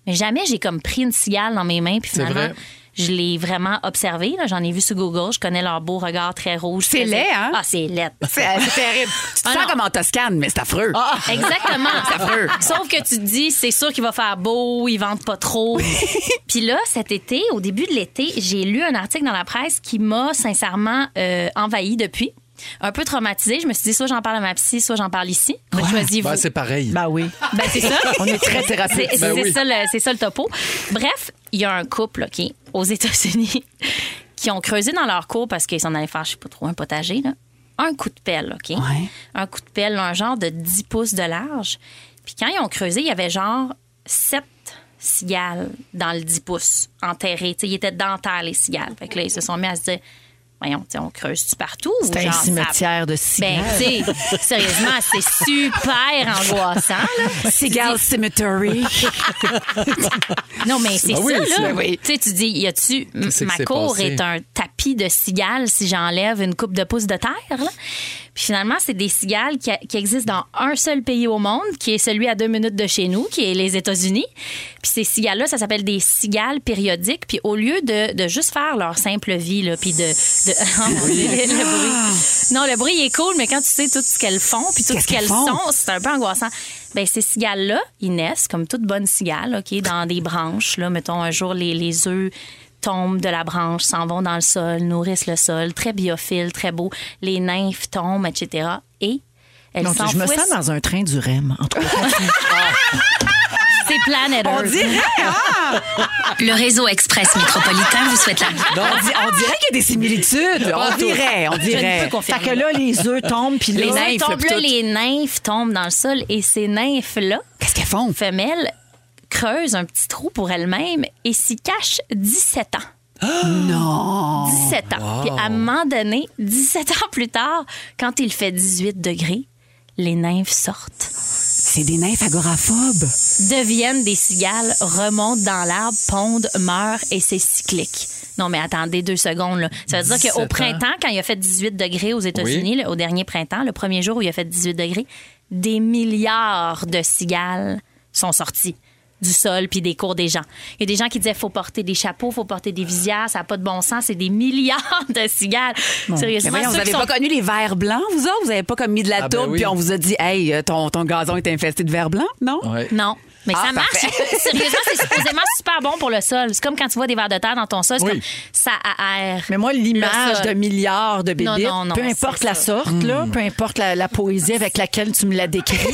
mais jamais j'ai comme pris une cigale dans mes mains. Puis C'est finalement, vrai. je l'ai vraiment observée. là. J'en ai vu sur Google, je connais leur beau regard très rouge. C'est très- laid, hein? Ah, c'est laid. C'est euh, c'est terrible. Tu te Ah, sens non. comme en Toscane, mais c'est affreux. Ah. Exactement. C'est affreux. Sauf que tu te dis, c'est sûr qu'il va faire beau, il vente pas trop. Puis là, cet été, au début de l'été, j'ai lu un article dans la presse qui m'a sincèrement envahi depuis. Un peu traumatisée. Je me suis dit, soit j'en parle à ma psy, soit j'en parle ici. Choisis-vous. Ben, c'est pareil. Ben oui. Ben, c'est ça. On est très thérapeute. C'est Ben c'est oui. ça, le- c'est ça le topo. Bref, il y a un couple OK, aux États-Unis qui ont creusé dans leur cour parce qu'ils s'en allaient faire, je sais pas trop, un potager. Là. Un coup de pelle, OK? Ouais. Un coup de pelle, un genre de 10 pouces de large. Puis quand ils ont creusé, il y avait genre 7 cigales dans le 10 pouces, enterrées. Tu sais, ils étaient dentaires, les cigales. Fait que là, ils se sont mis à se dire... Voyons, tu sais, on creuse-tu partout? ou C'est un genre, ça- cimetière de cigales. Ben, tu sais, sérieusement, c'est super angoissant, là. Cigale Cemetery. Non, mais c'est Ah oui, ça, là. c'est- oui. Tu sais, tu dis, y a-tu. m- Qu'est-ce que Ma c'est cour passé? est un tapis de cigales si j'enlève une coupe de pouces de terre, là. Puis finalement, c'est des cigales qui, qui existent dans un seul pays au monde, qui est celui à deux minutes de chez nous, qui est les États-Unis. Puis ces cigales-là, ça s'appelle des cigales périodiques. Puis au lieu de, de juste faire leur simple vie, là, puis de. de- Oh, mon Dieu, le bruit. Non, le bruit il est cool, mais quand tu sais tout ce qu'elles font, puis tout Ah! ce qu'elles sont, c'est un peu angoissant. Ben, ces cigales-là, ils naissent comme toute bonne cigale, OK, dans des branches. Là, mettons, un jour, les, les œufs tombent de la branche, s'en vont dans le sol, nourrissent le sol, très biophile, très beau. Les nymphes tombent, etc. Et elles Non, tu- je me sens s'enfouissent. dans un train du REM, en tout cas. C'est Planet Earth. hein? Le réseau Express métropolitain vous souhaite la on, di- on Ah! dirait qu'il y a des similitudes. On dirait, on Je ne dirait. peux confirmer. fait que là, les œufs tombent, puis les là, nymphes nymphes, tombent, puis là, tout. les nymphes tombent dans le sol et ces nymphes-là, Qu'est-ce qu'elles font? femelles, creusent un petit trou pour elles-mêmes et s'y cachent 17 ans. Non! 17 ans. Puis à un moment donné, 17 ans plus tard, quand il fait 18 degrés, les nymphes sortent, C'est des nymphes agoraphobes. deviennent des cigales, remontent dans l'arbre, pondent, meurent et c'est cyclique. Non, mais attendez deux secondes. là. Ça veut dire 17 qu'au ans. printemps, quand il a fait 18 degrés aux États-Unis, là, au dernier printemps, le premier jour où il a fait 18 degrés, des milliards de cigales sont sorties du sol puis des cours des gens. Il y a des gens qui disaient faut porter des chapeaux, faut porter des visières, ça n'a pas de bon sens, c'est des milliards de cigales. Mais Sérieusement, voyons, vous ceux qui n'avez sont- pas connu les verres blancs, vous autres? Vous n'avez pas comme mis de la Ah, ben tourbe, oui. puis on vous a dit, hey, euh, ton, ton gazon est infesté de verres blancs, non? Ouais. Ben, Non. Mais Ah, ça marche. parfait. Sérieusement, c'est supposément super bon pour le sol. C'est comme quand tu vois des vers de terre dans ton sol, c'est Oui. comme ça aère. Mais moi, l'image Le de sol. milliards de Non, bébites, non, non, peu importe c'est la ça. sorte, là, peu importe la, la poésie avec laquelle tu me l'as décrit,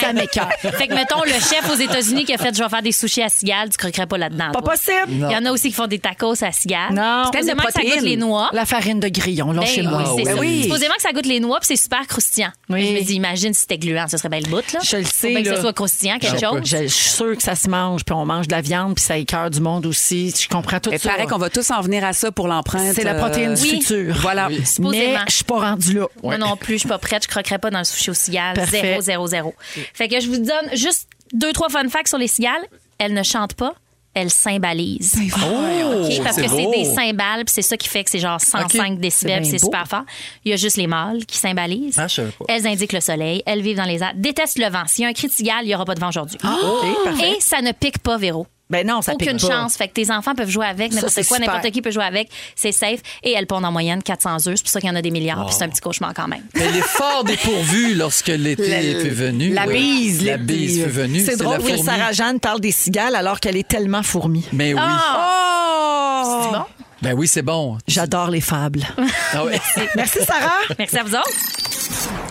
ça m'écoeure. Fait que mettons le chef aux États-Unis qui a fait je vais faire des sushis à cigales, tu croquerais pas là-dedans. Pas toi. possible! Il y en a aussi qui font des tacos à cigales. Non. Supposément que ça goûte les noix. La farine de grillon, là, Ben chez oui, moi. c'est Ben ça. oui. Supposément que ça goûte les noix, puis c'est super croustillant. Oui. Je me dis, imagine si c'était gluant, ce serait bien le bout, là. Je le sais, Faut bien que là. ce soit croustillant, quelque Je- chose. Je, je suis sûre que ça se mange, puis on mange de la viande, puis ça écœure du monde aussi. Je comprends tout Il ça. paraît qu'on va tous en venir à ça pour l'empreinte. C'est la protéine du euh, Oui. futur. Voilà. Mais Supposément. je suis pas rendue là. Moi non plus, je suis pas prête, je croquerai pas dans le sushi aux cigales. Parfait. Zéro, zéro, zéro. Fait que je vous donne juste deux, trois fun facts sur les cigales. Elles ne chantent pas, elles Ben, cymbalisent. Oh, OK, parce que c'est beau. des cymbales, puis c'est ça qui fait que c'est genre 105 décibels, puis bien c'est beau. super fort. Il y a juste les mâles qui symbolisent. Ah, je savais pas. Elles indiquent le soleil, elles vivent dans les arbres, détestent le vent. S'il y a un cri de cigale, il n'y aura pas de vent aujourd'hui. Ah, OK, parfait. Et ça ne pique pas, Véro. Ben non, ça pique Aucune pas. chance. Fait que tes enfants peuvent jouer avec, c'est n'importe quoi, super. n'importe qui peut jouer avec. C'est safe. Et elles pondent en moyenne 400 œufs. C'est pour ça qu'il y en a des milliards, puis c'est un petit cauchemar quand même. Mais l'effort dépourvu lorsque l'été La- fut venu. la oui. bise, La l'été. bise euh, fut venue. C'est drôle la que fourmi. Sarah Jeanne parle des cigales alors qu'elle est tellement fourmi. Mais oui. Ah! Oh! C'est bon? Ben oui, c'est bon. J'adore les fables. Ah ouais. Merci Sarah. Merci à vous autres.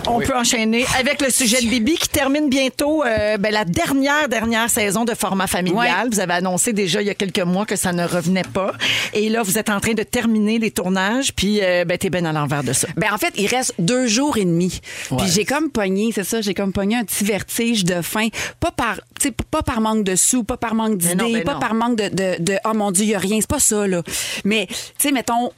on peut enchaîner avec le sujet de Bibi qui termine bientôt euh, ben, la dernière, dernière saison de format familial. Vous avez annoncé déjà il y a quelques mois que ça ne revenait pas. Et là, vous êtes en train de terminer les tournages, puis euh, ben, t'es ben à l'envers de ça. Ben en fait, il reste deux jours et demi. Puis j'ai comme pogné, c'est ça, j'ai comme pogné un petit vertige de faim. Pas par, tu sais, pas par manque de sous, pas par manque Mais non, d'idées, ben pas non. par manque de, de, de, oh mon Dieu, il y a rien. C'est pas ça là. Mais tu sais, mettons.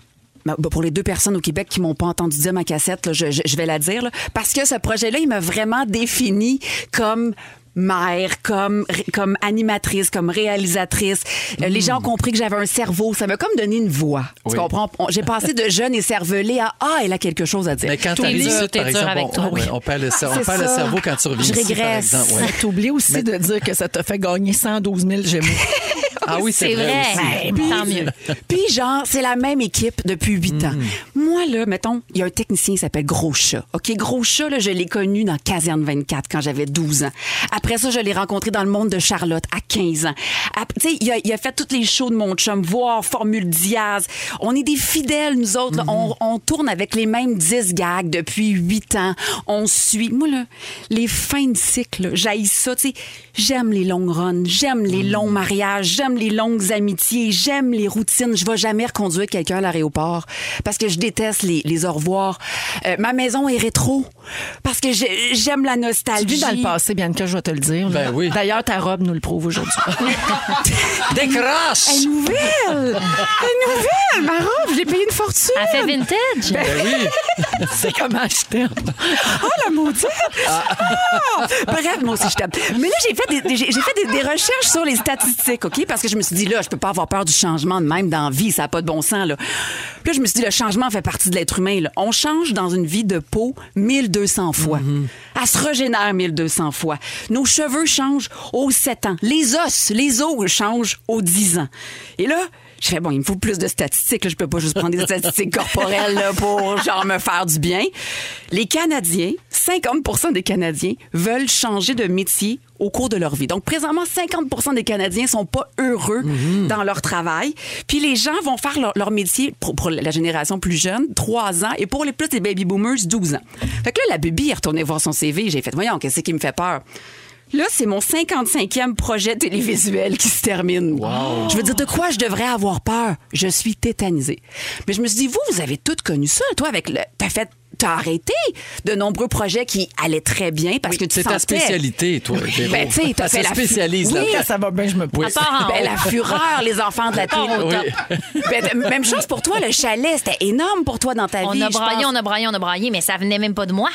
ben, ben, Pour les deux personnes au Québec qui m'ont pas entendu dire ma cassette, là, je, je- je vais la dire. là, parce que ce projet-là, il m'a vraiment défini comme mère, comme, ré- comme animatrice, comme réalisatrice. Euh, Les gens ont compris que j'avais un cerveau. Ça m'a comme donné une voix. Oui. Tu comprends? On- J'ai passé de jeune et cervelée à Ah, elle a quelque chose à dire. Mais quand Tout t'arrives dit. ici, t'es par dur exemple, avec toi. on, ouais, on perd, le, cer- on C'est perd le ça. cerveau quand tu reviens Je ici, par régresse. exemple. ouais. T'oublies aussi de dire que ça t'a fait gagner 112 000 Gémeaux. Ah oui, c'est C'est vrai. aussi. vrai. Ben, Tant mieux. Puis genre, c'est la même équipe depuis huit ans. Mm. Moi, là, mettons, il y a un technicien qui s'appelle Gros Chat. OK, Gros Chat, là, je l'ai connu dans Caserne 24 quand j'avais 12 ans. Après ça, je l'ai rencontré dans le monde de Charlotte à 15 ans. Ap- Tu sais, il a, il a fait toutes les shows de Mon Chum, Voir, Formule Diaz. On est des fidèles, nous autres. là. Mm-hmm. On, on tourne avec les mêmes 10 gags depuis 8 ans. On suit. Moi, là, les fins de cycle, j'haïs ça. Tu sais, j'aime les longues runs, j'aime les Mm. longs mariages, j'aime les longues amitiés, j'aime les routines. Je vais jamais reconduire quelqu'un à l'aéroport parce que je déteste les, les au revoir. Euh, ma maison est rétro parce que j'ai- j'aime la Tu nostalgie. vis dans le passé, Bianca, je vais te le dire. là. Ben oui. D'ailleurs, ta robe nous le prouve aujourd'hui. Décroche! Une nouvelle! Une nouvelle! Ma robe, j'ai payé une fortune! Elle fait vintage. Ben oui! C'est comment acheter. Oh, la maudite! Ah! Bref, moi aussi, je tape. Mais là, j'ai fait, des, j'ai, j'ai fait des, des recherches sur les statistiques, OK? Parce que je me suis dit, là, je peux pas avoir peur du changement de même dans la vie, ça n'a pas de bon sens, là. Puis là, je me suis dit, le changement fait partie de l'être humain, là. On change dans une vie de peau 1200 fois. Elle se régénère 1200 fois. Nos cheveux changent aux 7 ans. Les os, les os changent aux 10 ans. Et là, je fais, bon, il me faut plus de statistiques. Là. Je peux pas juste prendre des statistiques corporelles là, pour genre me faire du bien. Les Canadiens, 50 des Canadiens veulent changer de métier au cours de leur vie. Donc, présentement, 50 des Canadiens sont pas heureux dans leur travail. Puis les gens vont faire leur, leur métier pour, pour la génération plus jeune, 3 ans, et pour les plus les baby boomers, 12 ans. Fait que là, la bébé est retournée voir son CV. J'ai fait, voyons, qu'est-ce qui me fait peur? Là, c'est mon 55e projet télévisuel qui se termine. Je veux dire, de quoi je devrais avoir peur? Je suis tétanisée. Mais je me suis dit, vous, vous avez toutes connu ça, toi, avec le. T'as fait. T'as arrêté de nombreux projets qui allaient très bien parce que tu C'est ta sentais- spécialité, toi. Véro. Ben, tu sais, t'as Elle fait se la- spécialise Oui. là-dedans. Quand ça va bien, je me Oui. pousse. part en Ben, haut. la fureur, les enfants de la Ah, part télé. au top. Ben, t- même chose pour toi, le chalet, c'était énorme pour toi dans ta on vie. a je braillé, pense. on a braillé, on a braillé, mais ça venait même pas de moi.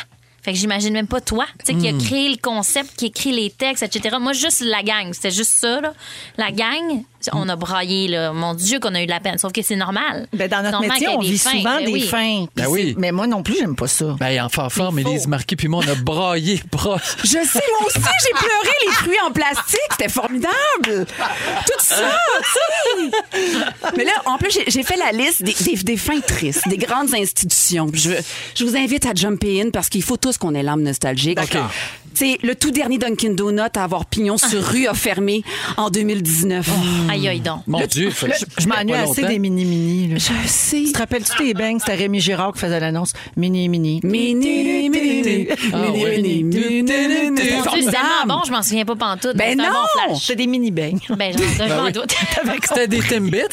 Fait que j'imagine même pas toi, tu sais, qui a Hmm. créé le concept, qui écrit les textes, etc. Moi, juste la gang, c'était juste ça, là. La gang, on a braillé, là. Mon Dieu, qu'on a eu de la peine. Sauf que c'est normal. Ben, dans notre Normal métier, qu'il y ait on vit fins. souvent Ben des oui. fins. Puis Ben oui. c'est- Mais moi non plus, j'aime pas ça. Ben, en fanfare, mais Lise Marquis puis moi, on a braillé, bra... Je sais, moi aussi, j'ai pleuré les fruits en plastique. C'était formidable. Tout ça, tu sais. Mais là, en plus, j'ai- j'ai fait la liste des, des, des fins tristes, des grandes institutions. Je, je vous invite à jumper in parce qu'il faut tous qu'on ait l'âme nostalgique. D'accord. Tu sais, le tout dernier Dunkin' Donut à avoir pignon sur rue a fermé en 2019. Oh. Aïe, aïe, donc. Mon Dieu, fait- Je m'ennuie pas assez longtemps. des mini-mini. là. Je sais. Tu te rappelles-tu des bangs? C'était Rémi Girard qui faisait l'annonce. Mini-mini. Mini, mini, mini, Ah, mini, ouais. mini, mini, mini, mini. Ben, Mon Dieu, c'est tellement bon, je m'en souviens pas pantoute. Ben mais c'est un non! bon flash. C'est des mini-bangs. Ben, j'en- je m'en oui. doute. C'était des Timbits, mais de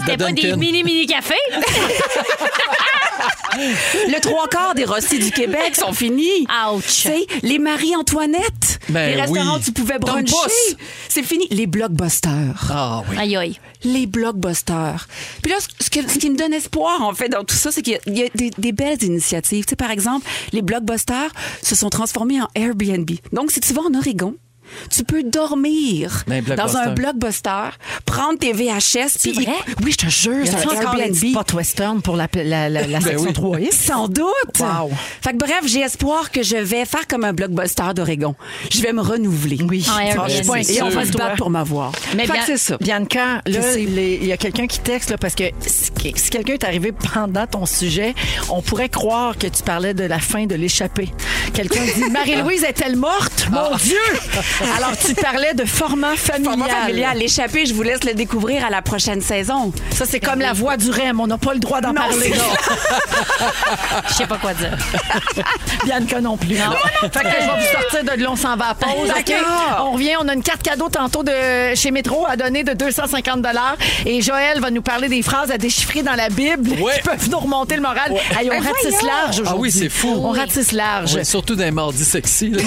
C'était pas des Duncan. mini-mini cafés. Le trois quarts des rostis du Québec sont finis. Ouch. Tu sais, les Marie-Antoinette, Ben les restaurants oui. où tu pouvais Tom bruncher. Pouce. C'est fini. Les blockbusters. Ah oui. Aïe, aïe. Les blockbusters. Puis là, ce, que- ce qui me donne espoir, en fait, dans tout ça, c'est qu'il y a, il y a des, des belles initiatives. Tu sais, par exemple, les blockbusters se sont transformés en Airbnb. Donc, si tu vas en Oregon, tu peux dormir Dans un dans un Ben, blockbuster. blockbuster, prendre tes VHS. puis- vrai? Oui, je te jure, Y c'est a-tu un encore les Airbnb. spots western pour la, la, la, la section oui. 3X? Sans doute. Wow. Fait que bref, j'ai espoir que je vais faire comme un blockbuster d'Oregon. Je vais me renouveler. Ah, Oui. En Airbnb. Je suis pas Et Et inquiète. on va se Toi. battre pour m'avoir. Mais Fait que Bian- c'est ça. Bianca, là, Qu'est-ce que c'est? les- il y a quelqu'un qui texte, là, parce que si si quelqu'un est arrivé pendant ton sujet, on pourrait croire que tu parlais de la fin de l'échappée. Quelqu'un dit Marie-Louise est-elle morte? Mon Dieu! Alors, tu parlais de format familial. Ah. Format familial, l'échappée, je vous laisse le découvrir à la prochaine saison. Ça, c'est comme la voix du REM. On n'a pas le droit d'en Non, parler. c'est- Je sais pas quoi dire. Bianca non plus. Fait que je vais vous sortir de là, on s'en va à pause. OK? On revient, on a une carte cadeau tantôt de chez Métro à donner de 250 Et Joël va nous parler des phrases à déchiffrer dans la Bible Ouais. qui peuvent nous remonter le moral. Hey, Ben on ratisse large aujourd'hui. Ah oui, c'est fou. On ratisse large. Ouais, surtout d'un mardi sexy. là.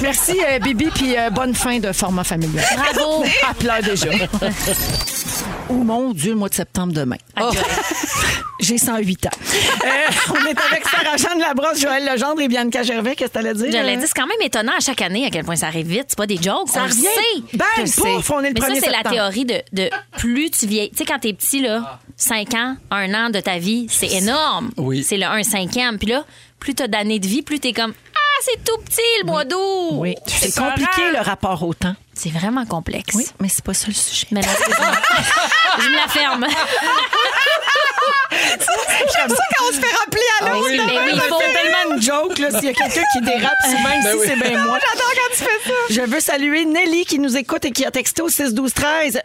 Merci, euh, Bibi, puis euh, bonne fin de format familial. Bravo. À pleure déjà. oh mon Dieu, le mois de septembre demain. Aïe, aïe. J'ai 108 ans. Euh, on est avec Sarah-Jeanne Labrosse, Joël Legendre et Bianca Gervais. Qu'est-ce que t'allais dire? J'allais dire, c'est quand même étonnant à chaque année à quel point ça arrive vite. C'est pas des jokes. Euh, Ça on revient. le sait. Bang, Je le pouf, sais. on est le Mais ça, 1er c'est la septembre. théorie de, de plus tu vieillis. Tu sais, quand t'es petit, là, 5 ans, 1 an de ta vie, c'est énorme. Oui. C'est le 1 cinquième. Puis là, plus t'as d'années de vie, plus t'es comme Ah, c'est tout petit le mois d'août. Oui, c'est compliqué rare. le rapport au temps. C'est vraiment complexe. mais c'est pas ça le sujet. Mais non, c'est pas. Je me la ferme. J'aime ça quand on se fait rappeler à l'autre. oui, mais oui, il faut. C'est tellement une joke, là. S'il y a quelqu'un qui dérape, c'est même si c'est bien moi. J'adore quand tu fais ça. Je veux saluer Nelly qui nous écoute et qui a texté au 6-12-13.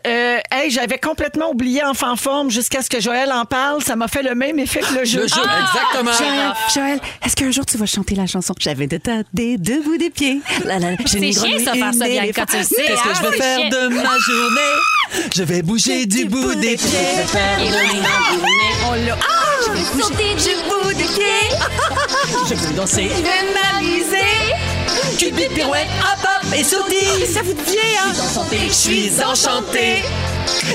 Euh, hey, j'avais complètement oublié Enfant Forme jusqu'à ce que Joël en parle. Ça m'a fait le même effet que le jeu. Le jeu, exactement. Joël, Joël, est-ce qu'un jour tu vas chanter la chanson J'avais des tas des debout des pieds. La, la, j'ai C'est une chiant, grenouille, ça, faire une ça, bien éléphant. quand tu le sais. Qu'est-ce que hein, je vais c'est faire chiant. de ma journée? Je vais bouger du bout des pieds. Sauter du bout des pieds. Je vais danser. Cupid, pirouette, hop hop et Oh, sautille. Ça vous devient, hein? Je suis enchantée.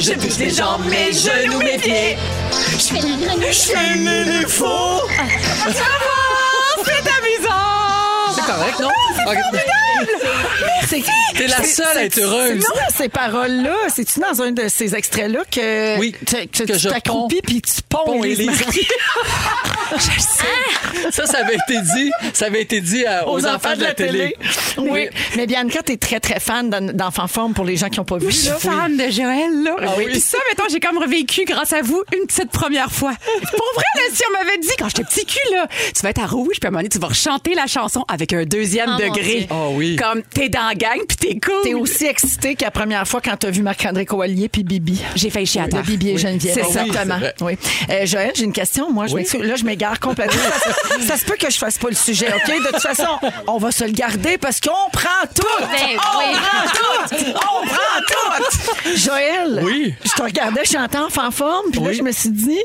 Je touche les jambes, mes genoux, mes pieds. Je fais une éléphant. Ah, C'est correct, non? C'est- T'es la c'est- seule à c'est- être heureuse. Non, ces paroles-là, c'est-tu dans un de ces extraits-là que, Oui, tu- que, que tu je t'accroupis puis tu ponds Pont Élise Élise. Marie? Ça, ça avait été dit, ça avait été dit à- Ah! aux, enfants, de la, télé. Oui. Mais Bianca, t'es très, très fan d'en- d'Enfant Forme pour les gens qui n'ont pas vu. Je suis là. fan de Joël, là. Ah oui. Puis ça, mettons, j'ai comme revécu, grâce à vous, une petite première fois. Pour vrai, là, si on m'avait dit, quand j'étais petit cul, là, tu vas être à rouge, puis à un moment donné, tu vas rechanter la chanson avec un deuxième Ah, mon Dieu. degré. Ah oui. Comme, t'es dans la gang, puis t'es cool. T'es aussi excitée que la première fois quand t'as vu Marc-André Coallier puis Bibi. J'ai failli chier à Le terre. Bibi et Geneviève. Ah oui, Exactement. c'est vrai. Oui. Euh, Joël, j'ai une question. Moi, je Oui. m'excuse. là, je m'égare complètement. ça, se- ça se peut que je fasse pas le sujet, OK? De toute façon, on va se le garder parce qu'on prend tout! Ben on oui. prend tout! On prend tout! Joël, Oui. je te regardais chanter en forme, puis là, Oui. je me suis dit...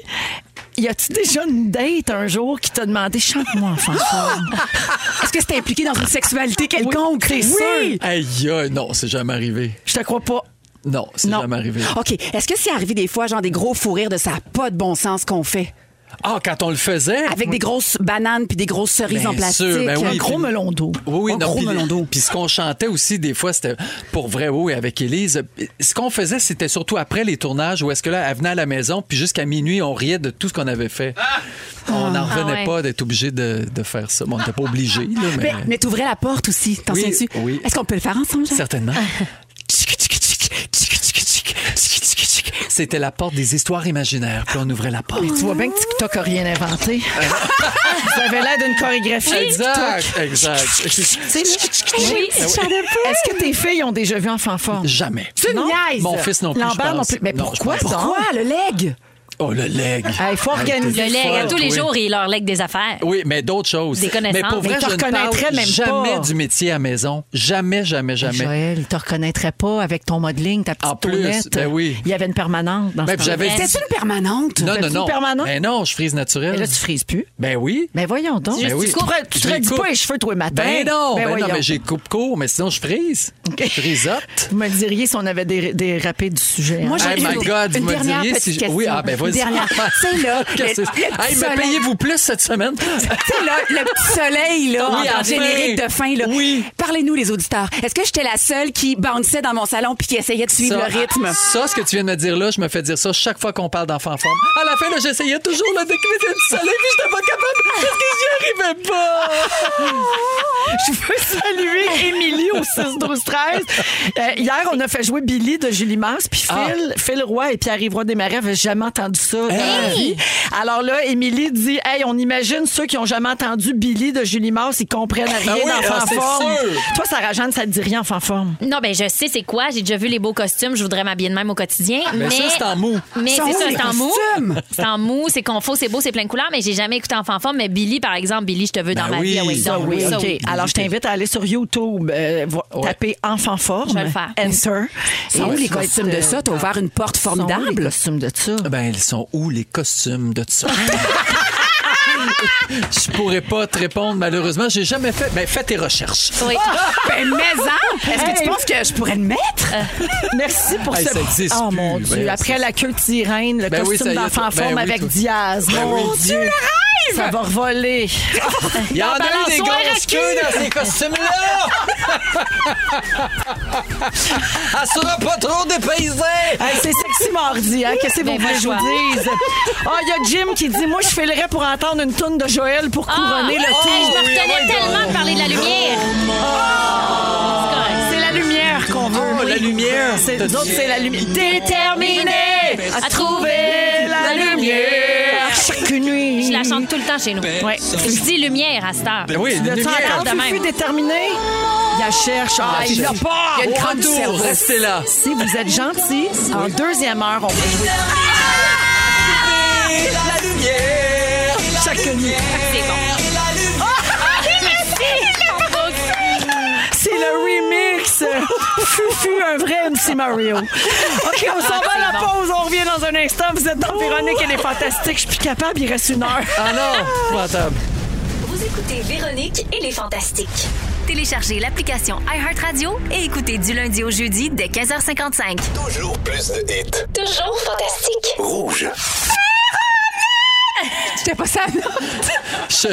Y a-tu déjà une date un jour qui t'a demandé chante-moi en forme? Est-ce que c'était impliqué dans une sexualité quelconque? t'es sûr? Aïe, aïe, non, c'est jamais arrivé. Je te crois pas. Non, c'est Non. jamais arrivé. OK. Est-ce que c'est arrivé des fois, genre des gros fous rires de ça a pas de bon sens qu'on fait? Ah, quand on le faisait. Avec des grosses bananes puis des grosses cerises Bien en plastique. sûr, ben oui. Un gros puis- melon d'eau. Oui, oui, Un non, gros puis- melon d'eau. Puis ce qu'on chantait aussi, des fois, c'était pour vrai, oui, avec Élise. Ce qu'on faisait, c'était surtout après les tournages où est-ce que là, elle venait à la maison, puis jusqu'à minuit, on riait de tout ce qu'on avait fait. Ah. On n'en revenait Ah ouais. pas d'être obligé de, de faire ça. Bon, on n'était pas obligé, là, Ben, mais, Mais, mais t'ouvrais la porte aussi, t'en Ben. Oui, souviens-tu? oui. Est-ce qu'on peut le faire ensemble, Joël? certainement. Ah. C'était la porte des histoires imaginaires, puis on ouvrait la porte. Oh. Tu vois bien que TikTok a rien inventé. Vous avez l'air d'une chorégraphie. Euh. Exact, exact. Tu sais, là, Oui. Ah Est-ce que tes filles ont déjà vu Enfant Forme? Jamais. Tu me niaises. Mon fils non plus, je Lambert non pense. plus. Mais Non, pourquoi, je pense pas. donc? Ah, Quoi, le leg? Oh, le leg. Il faut organiser. Le leg, à tous les Oui. jours, il leur lègue des affaires. Oui, mais d'autres choses. Des connaissances. Mais pour Mais vrai, te je ne reconnaîtrais parle même jamais pas. du métier à maison. Jamais, jamais, jamais. Ben, Joël, il te reconnaîtrait pas avec ton modeling, ta petite En plus, tournette. ben oui. Il y avait une permanente dans Ben, ce puis j'avais- C'était C'était une permanente? Non, non, T'as-tu non. permanent? Ben non, je frise naturelle. Mais là, tu frises plus. Ben oui. Mais voyons donc. Ben oui. Tu te- tu te Je redis coupe. pas les cheveux tous les matins. Ben non, ben, non, voyons. mais j'ai coupe court, mais sinon je frise. Je frisote. Vous me le diriez si on avait dé- dérapé du sujet. hein. Moi, j'ai Hey, une, my God, une vous me dernière diriez petite si je- question. Oui, ah, ben, vas-y. Une dernière. C'est là, le, Qu'est-ce que c'est? le petit Hey, mais soleil- payez-vous plus cette semaine. C'est là, le petit soleil, là, Oui, en enfin. générique de fin, là. Oui. Parlez-nous, les auditeurs. Est-ce que j'étais la seule qui bounçait dans mon salon puis qui essayait de suivre le rythme? Ça, ah. ce que tu viens de me dire là, je me fais dire ça chaque fois qu'on parle d'enfant en forme. À la fin, là, j'essayais toujours le décliner du soleil, puis j'étais pas capable parce que j'y arrivais pas. Je veux saluer Émilie au 6 12 13. Euh, hier, on a fait jouer Billy de Julie Mars, puis Phil, Ah. Phil Roy et Pierre-Yves Roy Desmarais n'avaient jamais entendu entendre ça dans la vie. Alors là, Émilie dit Hey, on imagine ceux qui ont jamais entendu Billy de Julie Mars, ils comprennent rien oui, dans ah, c'est Fanforme. sûr. Toi, Sarah Jeanne, ça te dit rien en Fanforme. Non, ben je sais c'est quoi. J'ai déjà vu les beaux costumes. Je voudrais m'habiller de même au quotidien. Mais Mais, ça, c'est en mou. Mais Sont c'est où ça, les c'est en mou. costumes? C'est en mou, c'est confo, c'est beau, c'est plein de couleurs. Mais j'ai jamais écouté en fanfare. Mais Billy, par exemple, Billy, je te veux dans ma vie. Ah oui, ça donc, Ben oui. ça OK. oui. Alors, je t'invite à aller sur YouTube, euh, vo- taper Enfant Forme. Je vais le faire. Enter. Sont où les costumes de ça? T'as ouvert une porte formidable. Les costumes de ça. Ben, ils sont où les costumes de ça? Je pourrais pas te répondre, malheureusement. J'ai jamais fait. Ben, fais tes recherches. Ah! Ben, mais-en! Est-ce que tu penses que je pourrais le mettre? Euh. Merci pour Hey, ce. ça existe oh plus. mon Ben, Dieu. c'est Après ça. la queue de sirène, le Ben oui, costume ça y est, d'enfant toi. Ben forme oui, avec toi. Diaz. Ben mon oui, Dieu. Ça va revoler. Il y en a eu des Balançoire à grosses cul. queues dans ces costumes-là! Elle sera pas trop dépaysée! Hey, c'est sexy mardi, hein? Qu'est-ce que vous Ben, voulez que je vous bonne choix. dise? Ah, il y a Jim qui dit Moi, je filerais pour entendre une toune de Joël pour couronner le Ah! tout. Hey, je me retenais tellement de parler de la lumière. C'est correct. C'est la lumière qu'on veut. Oh, la lumière! C'est, T'as nous autres, dit- c'est la lumière. Ben, Déterminée à trouver la lumière chaque nuit. Je la chante tout le temps chez nous. Ouais. Je dis lumière à cette heure. Ben oui, la Le temps lumière! encore de même. plus déterminée? Il la cherche. Ah, il l'a pas! Il y a une crâne du Retour, cerveau. restez là! Si vous êtes gentil, en deuxième heure, on va jouer. La lumière! Ah, Chaque nuit! C'est bon. C'est le remix. Fufu, un vrai MC Mario. OK, on s'en va à la pause. On revient dans un instant. Vous êtes dans Véronique, elle est fantastique. Je suis plus capable, il reste une heure. Ah non! Rentable. Vous écoutez Véronique et les Fantastiques. Téléchargez l'application iHeartRadio et écoutez du lundi au jeudi dès 15h55. Toujours plus de hits. Toujours fantastique. Rouge. J'étais pas ça. Je-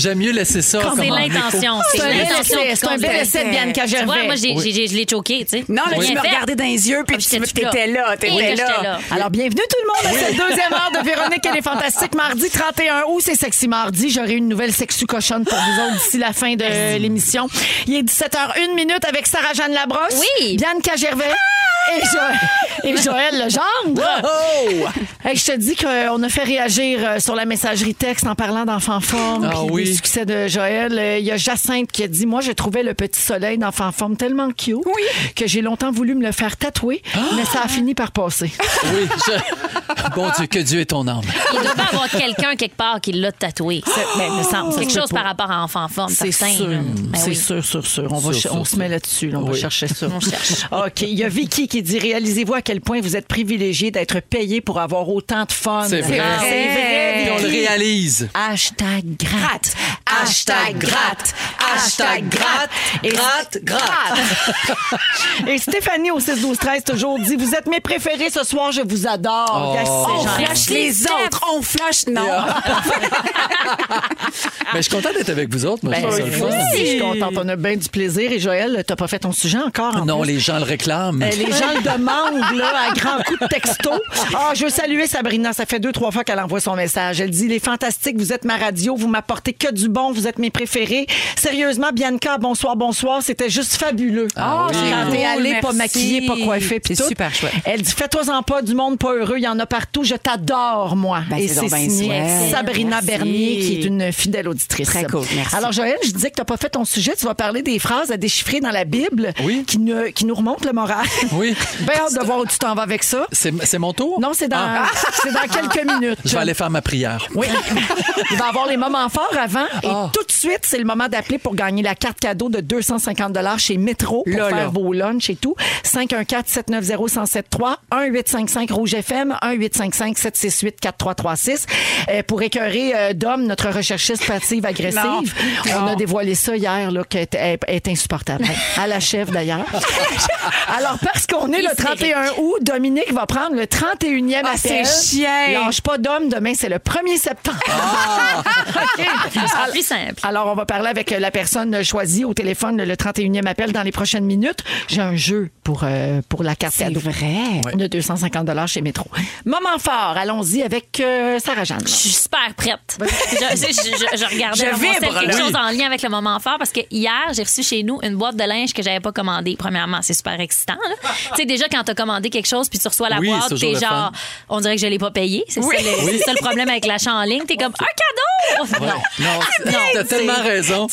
J'aime mieux laisser ça comme C'est en l'intention. défaut. C'est C'est un bel l'intention. essai, c'est un bel essai de Bianca Tu vois, Gervais. moi, j'ai- j'ai- je l'ai choqué, tu sais. Non, là, J'ai tu rien me fait. regardais dans les yeux, puis Ah, tu j'étais-tu t'étais là, Oui, t'étais j'étais là. Alors, bienvenue tout le monde à cette deuxième heure de Véronique et les Fantastiques. Mardi 31 août, c'est Sexy Mardi. J'aurai une nouvelle sexu cochonne pour vous autres d'ici la fin de l'émission. Il est 17h01 minute avec Sarah-Jeanne Labrosse, Oui. Bianca Gervais et, Jo- et Joël Legendre. Oh! Hey, je te dis qu'on a fait réagir euh, sur la messagerie texte en parlant d'enfant forme Ah puis oui. des succès de Joël. Euh, Il y a Jacinthe qui a dit Moi, je trouvais le petit soleil d'enfant forme tellement cute que j'ai longtemps voulu me le faire tatouer, Ah! mais ça a fini par passer. Oui, je- Bon Dieu, que Dieu est ton âme. Il doit pas avoir quelqu'un quelque part qui l'a tatoué. Ben, me semble, ça Quelque se peut chose pas. par rapport à enfant en forme. C'est certain, sûr. là. Ben Mm. c'est oui. sûr, sûr, sûr. On, va Sûr, ch- sûr, on se sûr. met là-dessus. là. On va Oui. chercher ça. On cherche. OK. Il y a Vicky qui dit Réalisez-vous à quel point vous êtes privilégié d'être payé pour avoir autant de fun. C'est vrai. C'est vrai, Puis on le Vicky. réalise. Hashtag gratte. Hashtag gratte. Hashtag gratte. Gratte, gratte. Et Stéphanie au 6 12 13 toujours dit Vous êtes mes préférés ce soir, je vous adore. Oh. Yes, On c'est gentil. Flash les autres, on flash. Non. Ah. Mais Ben, je suis content d'être avec vous autres. Moi, je trouve ça Ben, le fun. Ben, Je suis contente, on a bien du plaisir. Et Joël, t'as pas fait ton sujet encore en Non, plus. les gens le réclament. Euh, Les gens le demandent là, à grands coups de texto. Ah, je veux saluer Sabrina. Ça fait deux, trois fois qu'elle envoie son message. Elle dit Les fantastiques, vous êtes ma radio, vous m'apportez que du bon, vous êtes mes préférés. Sérieusement, Bianca, bonsoir, bonsoir. C'était juste fabuleux. Ah oui. Quand t'es Cool, allée, pas merci. maquillée, pas coiffée. puis C'est tout. super chouette. Elle dit Fais-toi-en pas du monde pas heureux, il y en a partout, je t'adore, moi. Ben, Et c'est c'est donc bien signé swell. Sabrina Merci. Bernier, qui est une fidèle auditrice. Très cool, merci. Alors, Joël, je disais que t'as pas fait ton sujet. Tu vas parler des phrases à déchiffrer dans la Bible Oui. qui, ne- qui nous remontent le moral. Oui. Bien hâte de voir où tu t'en vas avec ça. C'est c'est mon tour? Non, c'est dans, Ah. c'est dans quelques minutes. Je vais aller faire ma prière. Oui. Il va avoir les moments forts avant. Et Ah. tout de suite, c'est le moment d'appeler pour gagner la carte cadeau de 250 chez Metro pour Là, là. faire vos lunchs et tout. 514-790-1073, 1-855-ROUGE FM, 1-855-768-4336. Euh, pour écœurer euh, Dom, notre recherchiste passive agressive, on a dévoilé ça hier, là, qu'elle est- elle est insupportable. À la chef, d'ailleurs. Alors, parce qu'on est le 31 août, Dominique va prendre le 31e Ah, appel. c'est chien. Lâche pas d'homme, demain c'est le 1er septembre. OK. Ah, plus simple. Ah, Alors, on va parler avec euh, la personne choisie au téléphone le 31e appel dans les prochaines minutes, j'ai un jeu pour, euh, pour la carte cadeau. vrai. De 250 chez Métro. Moment fort, allons-y avec euh, Sarah-Jeanne. Je suis super prête. Je, je- je- je regardais Je dans mon sel vibre, quelque là. chose en lien avec le moment fort parce que hier, j'ai reçu chez nous une boîte de linge que j'avais pas commandée. Premièrement, c'est super excitant. là. tu sais, déjà, quand t'as commandé quelque chose puis tu reçois la Oui, c'est boîte, toujours t'es le genre, fun. on dirait que je l'ai pas payé. C'est Oui. ça, le- Oui. c'est ça le problème avec l'achat en ligne. T'es comme, un cadeau! Ouais. Non, Ah, t'as tellement raison.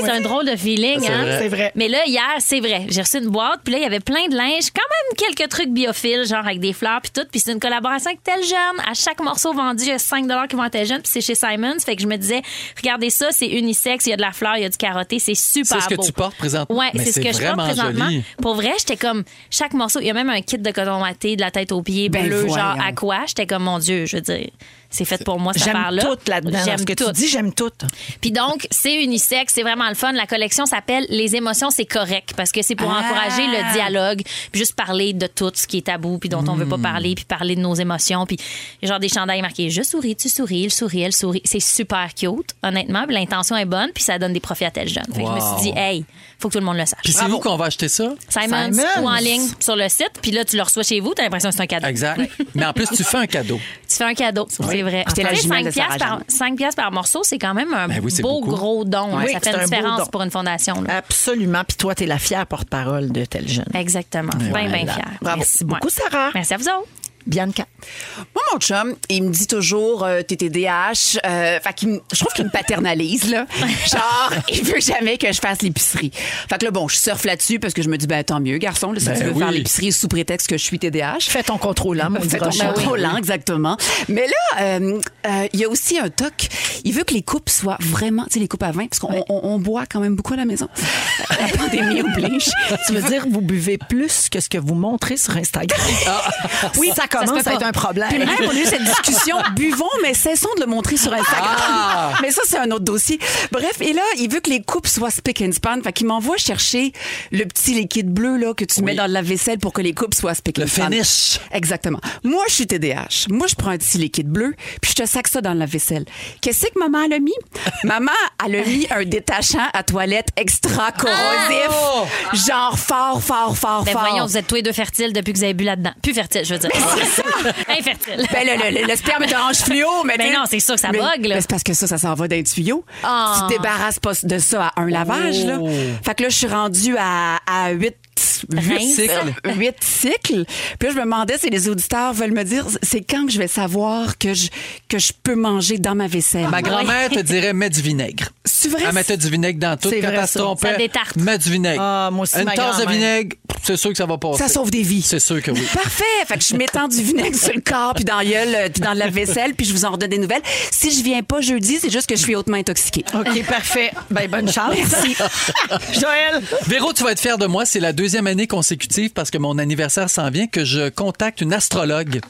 C'est un drôle de feeling, C'est hein? vrai. C'est vrai. Mais là, hier, c'est vrai. J'ai reçu une boîte, puis là, il y avait plein de linge, quand même quelques trucs biophiles, genre avec des fleurs, puis tout. Puis c'est une collaboration avec tel jeune. À chaque morceau vendu, il y a 5 qui vont à tel jeune, puis c'est chez Simons. Fait que je me disais, regardez ça, c'est unisexe, il y a de la fleur, il y a du carotté, c'est super C'est ce que beau. tu portes présentement. Ouais, Mais c'est c'est ce que je porte vraiment présentement. joli. Pour vrai, j'étais comme, chaque morceau, il y a même un kit de coton maté, de la tête aux pieds, Ben bleu, genre voyons. à quoi? J'étais comme, mon Dieu, je veux dire, c'est fait pour moi, cette J'aime affaire-là. tout là-dedans. Dans Ce que tu tout. dis, j'aime tout. Puis donc, c'est unisexe, c'est vraiment le fun. La collection s'appelle Les émotions, c'est correct parce que c'est pour Ah! encourager le dialogue, puis juste parler de tout ce qui est tabou, puis dont on Hmm. veut pas parler, puis parler de nos émotions, puis genre des chandails marqués je souris, tu souris, il sourit, elle sourit. C'est super cute, honnêtement. puis L'intention est bonne, puis ça donne des profits à tel jeune. Fait que je me Wow. suis dit, hey, faut que tout le monde le sache. Puis c'est où qu'on va acheter ça? Simon, ou en ligne sur le site, puis là, tu le reçois chez vous, t'as l'impression que c'est un cadeau. Exact. Mais en plus, tu fais un cadeau. Tu fais un cadeau, c'est vrai. J'étais la Tu sais, jumelle cinq de Sarah piastres par, Jeanne. 5 piastres par morceau, c'est quand même un Ben oui, c'est beau beaucoup. gros don. hein. Oui, ça c'est fait une un beau différence don. pour une fondation. là. Absolument. Puis toi, t'es la fière porte-parole de tel jeune. Exactement. Ben Bien, bien voilà. fière. Bravo. Merci beaucoup, Sarah. Merci à vous autres. Bianca. Moi, mon chum, il me dit toujours euh, t'es TDAH. Euh, fait qu'il me- je trouve qu'il me paternalise, là. Genre, il veut jamais que je fasse l'épicerie. Fait que là, bon, je surfe là-dessus parce que je me dis, ben tant mieux, garçon, là, si Ben tu veux oui. faire l'épicerie sous prétexte que je suis TDAH. Fais ton contrôlant, mon Fais ton Rochon. contrôlant, Oui. exactement. Mais là, euh, euh, il y a aussi un toc. Il veut que les coupes soient vraiment, tu sais, les coupes à vin, parce qu'on on- on boit quand même beaucoup à la maison. La pandémie oblige. Tu veux dire, vous buvez plus que ce que vous montrez sur Instagram. Ah. oui, ça commence à être un problème. Puis même, on a eu cette discussion, buvons, mais cessons de le montrer sur Instagram. Ah! Mais ça, c'est un autre dossier. Bref, et là, il veut que les coupes soient spick and span. Fait qu'il m'envoie chercher le petit liquide bleu là, que tu mets dans la vaisselle pour que les coupes soient spick and span. finish. Exactement. Moi, je suis TDAH. Moi, je prends un petit liquide bleu, puis je te sac ça dans la vaisselle. Qu'est-ce que maman elle a mis? maman, elle a mis un détachant à toilette extra corrosif. Genre fort, fort, fort, Ben fort. voyons, vous êtes tous les deux fertiles depuis que vous avez bu là-dedans. Plus fertiles, je veux dire. Infertile. Ben, le, le- le- le sperme est orange fluo, mais. Ben tu- non, c'est sûr que ça mais- bug, là. mais c'est parce que ça, ça s'en va d'un tuyau. Ah. Tu te débarrasses pas de ça à un lavage, là. Oh. Fait que là, je suis rendue à, à 8. Rince. cycles. Huit cycles. Puis là, je me demandais si les auditeurs veulent me dire, c'est quand que je vais savoir que je, que je peux manger dans ma vaisselle? Ah. Ma grand-mère te dirait mets du vinaigre. C'est vrai? Elle mettait du vinaigre dans tout. C'est Quand vrai, elle se ça. trompait, Ça détarte. mets du vinaigre. Ah, moi aussi, Une ma tasse de grand-mère. vinaigre, c'est sûr que ça va passer. Ça sauve des vies. C'est sûr que oui. Parfait. Fait que je m'étends du vinaigre sur le corps, puis dans la gueule, euh, puis dans la vaisselle, puis je vous en redonne des nouvelles. Si je viens pas jeudi, c'est juste que je suis hautement intoxiquée. OK, parfait. Ben, bonne chance. Merci. Joël. Véro, tu vas être fière de moi. C'est la deuxième année consécutive parce que mon anniversaire s'en vient que je contacte une astrologue.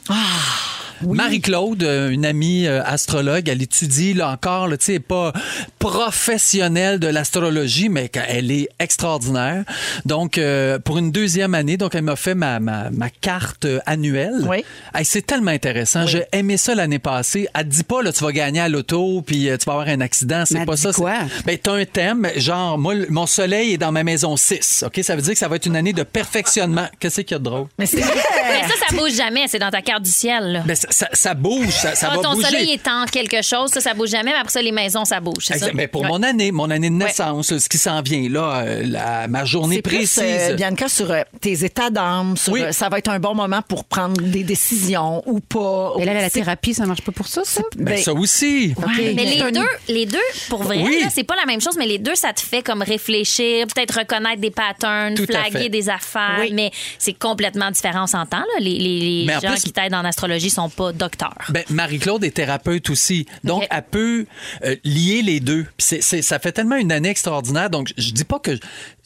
Marie-Claude, euh, une amie euh, astrologue, elle étudie là encore, là, tu sais, elle est pas professionnelle de l'astrologie, mais elle est extraordinaire. Donc, euh, pour une deuxième année, donc elle m'a fait ma, ma- ma carte euh, annuelle. Oui. c'est tellement intéressant. J'ai aimé ça l'année passée. Elle te dit pas, là, tu vas gagner à l'auto, puis euh, tu vas avoir un accident. C'est pas ça. Quoi? Ben, t'as un thème, genre, moi, le- mon soleil est dans ma maison 6. OK? Ça veut dire que ça va être une année de perfectionnement. Qu'est-ce qu'il y a de drôle? Mais, ça, ça bouge jamais. C'est dans ta carte du ciel. là. Ben, ça, ça- ça bouge, ça, ça Quand va Ah, ton bouger. soleil est en quelque chose, ça, ça bouge jamais. Mais après ça, les maisons, ça bouge. c'est ça? Exact. Mais ben, pour Ouais. mon année, mon année de naissance, ce qui s'en vient, là, euh, la- ma journée C'est plus, précise. euh, Bianca, sur euh, tes états d'âme, sur, euh, ça va être un bon moment pour prendre des décisions ou pas. Mais là, la thérapie, ça marche pas pour ça, ça? Ben, ça aussi. Ah, Ouais, mais les deux, les deux, pour vrai, Oui. là, c'est pas la même chose, mais les deux, ça te fait comme réfléchir, peut-être reconnaître des patterns, Tout à fait. flaguer des affaires, mais c'est complètement différent, on s'entend. là. Les, les- les Mais en gens plus- qui t'aident en astrologie sont pas docteurs. Ben, Marie-Claude est thérapeute aussi. Donc, elle peut euh, lier les deux. Puis c'est- c'est- ça fait tellement une année extraordinaire. Donc, je je dis pas que je-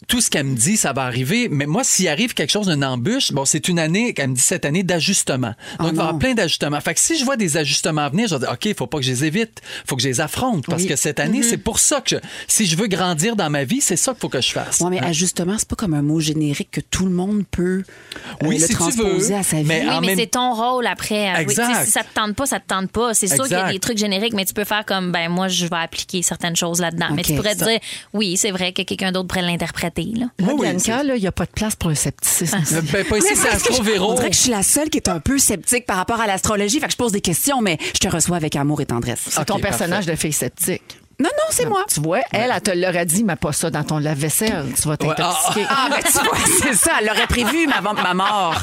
tout ce qu'elle me dit, ça va arriver. Mais moi, s'il arrive quelque chose, une embûche, bon, c'est une année, qu'elle me dit cette année, d'ajustement. Ah Donc, il va y avoir plein d'ajustements. Fait que si je vois des ajustements venir, je vais dire, OK, il faut pas que je les évite. faut que je les affronte. Parce Oui. que cette année, Mhm. c'est pour ça que je- si je veux grandir dans ma vie, c'est ça qu'il faut que je fasse. Oui, mais ajustement, c'est pas comme un mot générique que tout le monde peut euh, Oui, le si tu transposer veux, à sa vie. mais ah, oui, mais c'est ton rôle après. euh, oui, tu sais, si ça te tente pas, ça te tente pas. C'est sûr qu'il y a des trucs génériques, mais tu peux faire comme, ben moi, je vais appliquer certaines choses là-dedans. Mais Ok. tu pourrais te Ça- dire, oui, c'est vrai que quelqu'un d'autre pourrait l'interpréter. là. Moi, oui, Ah. Bianca, là, il n'y a pas de place pour un scepticisme. Ben, pas ici, Mais c'est parce que je- Astro-Véro. On dirait que je suis la seule qui est un peu sceptique par rapport à l'astrologie. Fait que je pose des questions, mais je te reçois avec amour et tendresse. Ah. C'est ton personnage de fille sceptique. Non, non, c'est moi. Tu vois, elle, elle te l'aurait dit, mais pas ça dans ton lave-vaisselle. Tu vas t'intoxiquer. Ah, ben tu vois, c'est ça. Elle l'aurait prévu, ma, ma mort.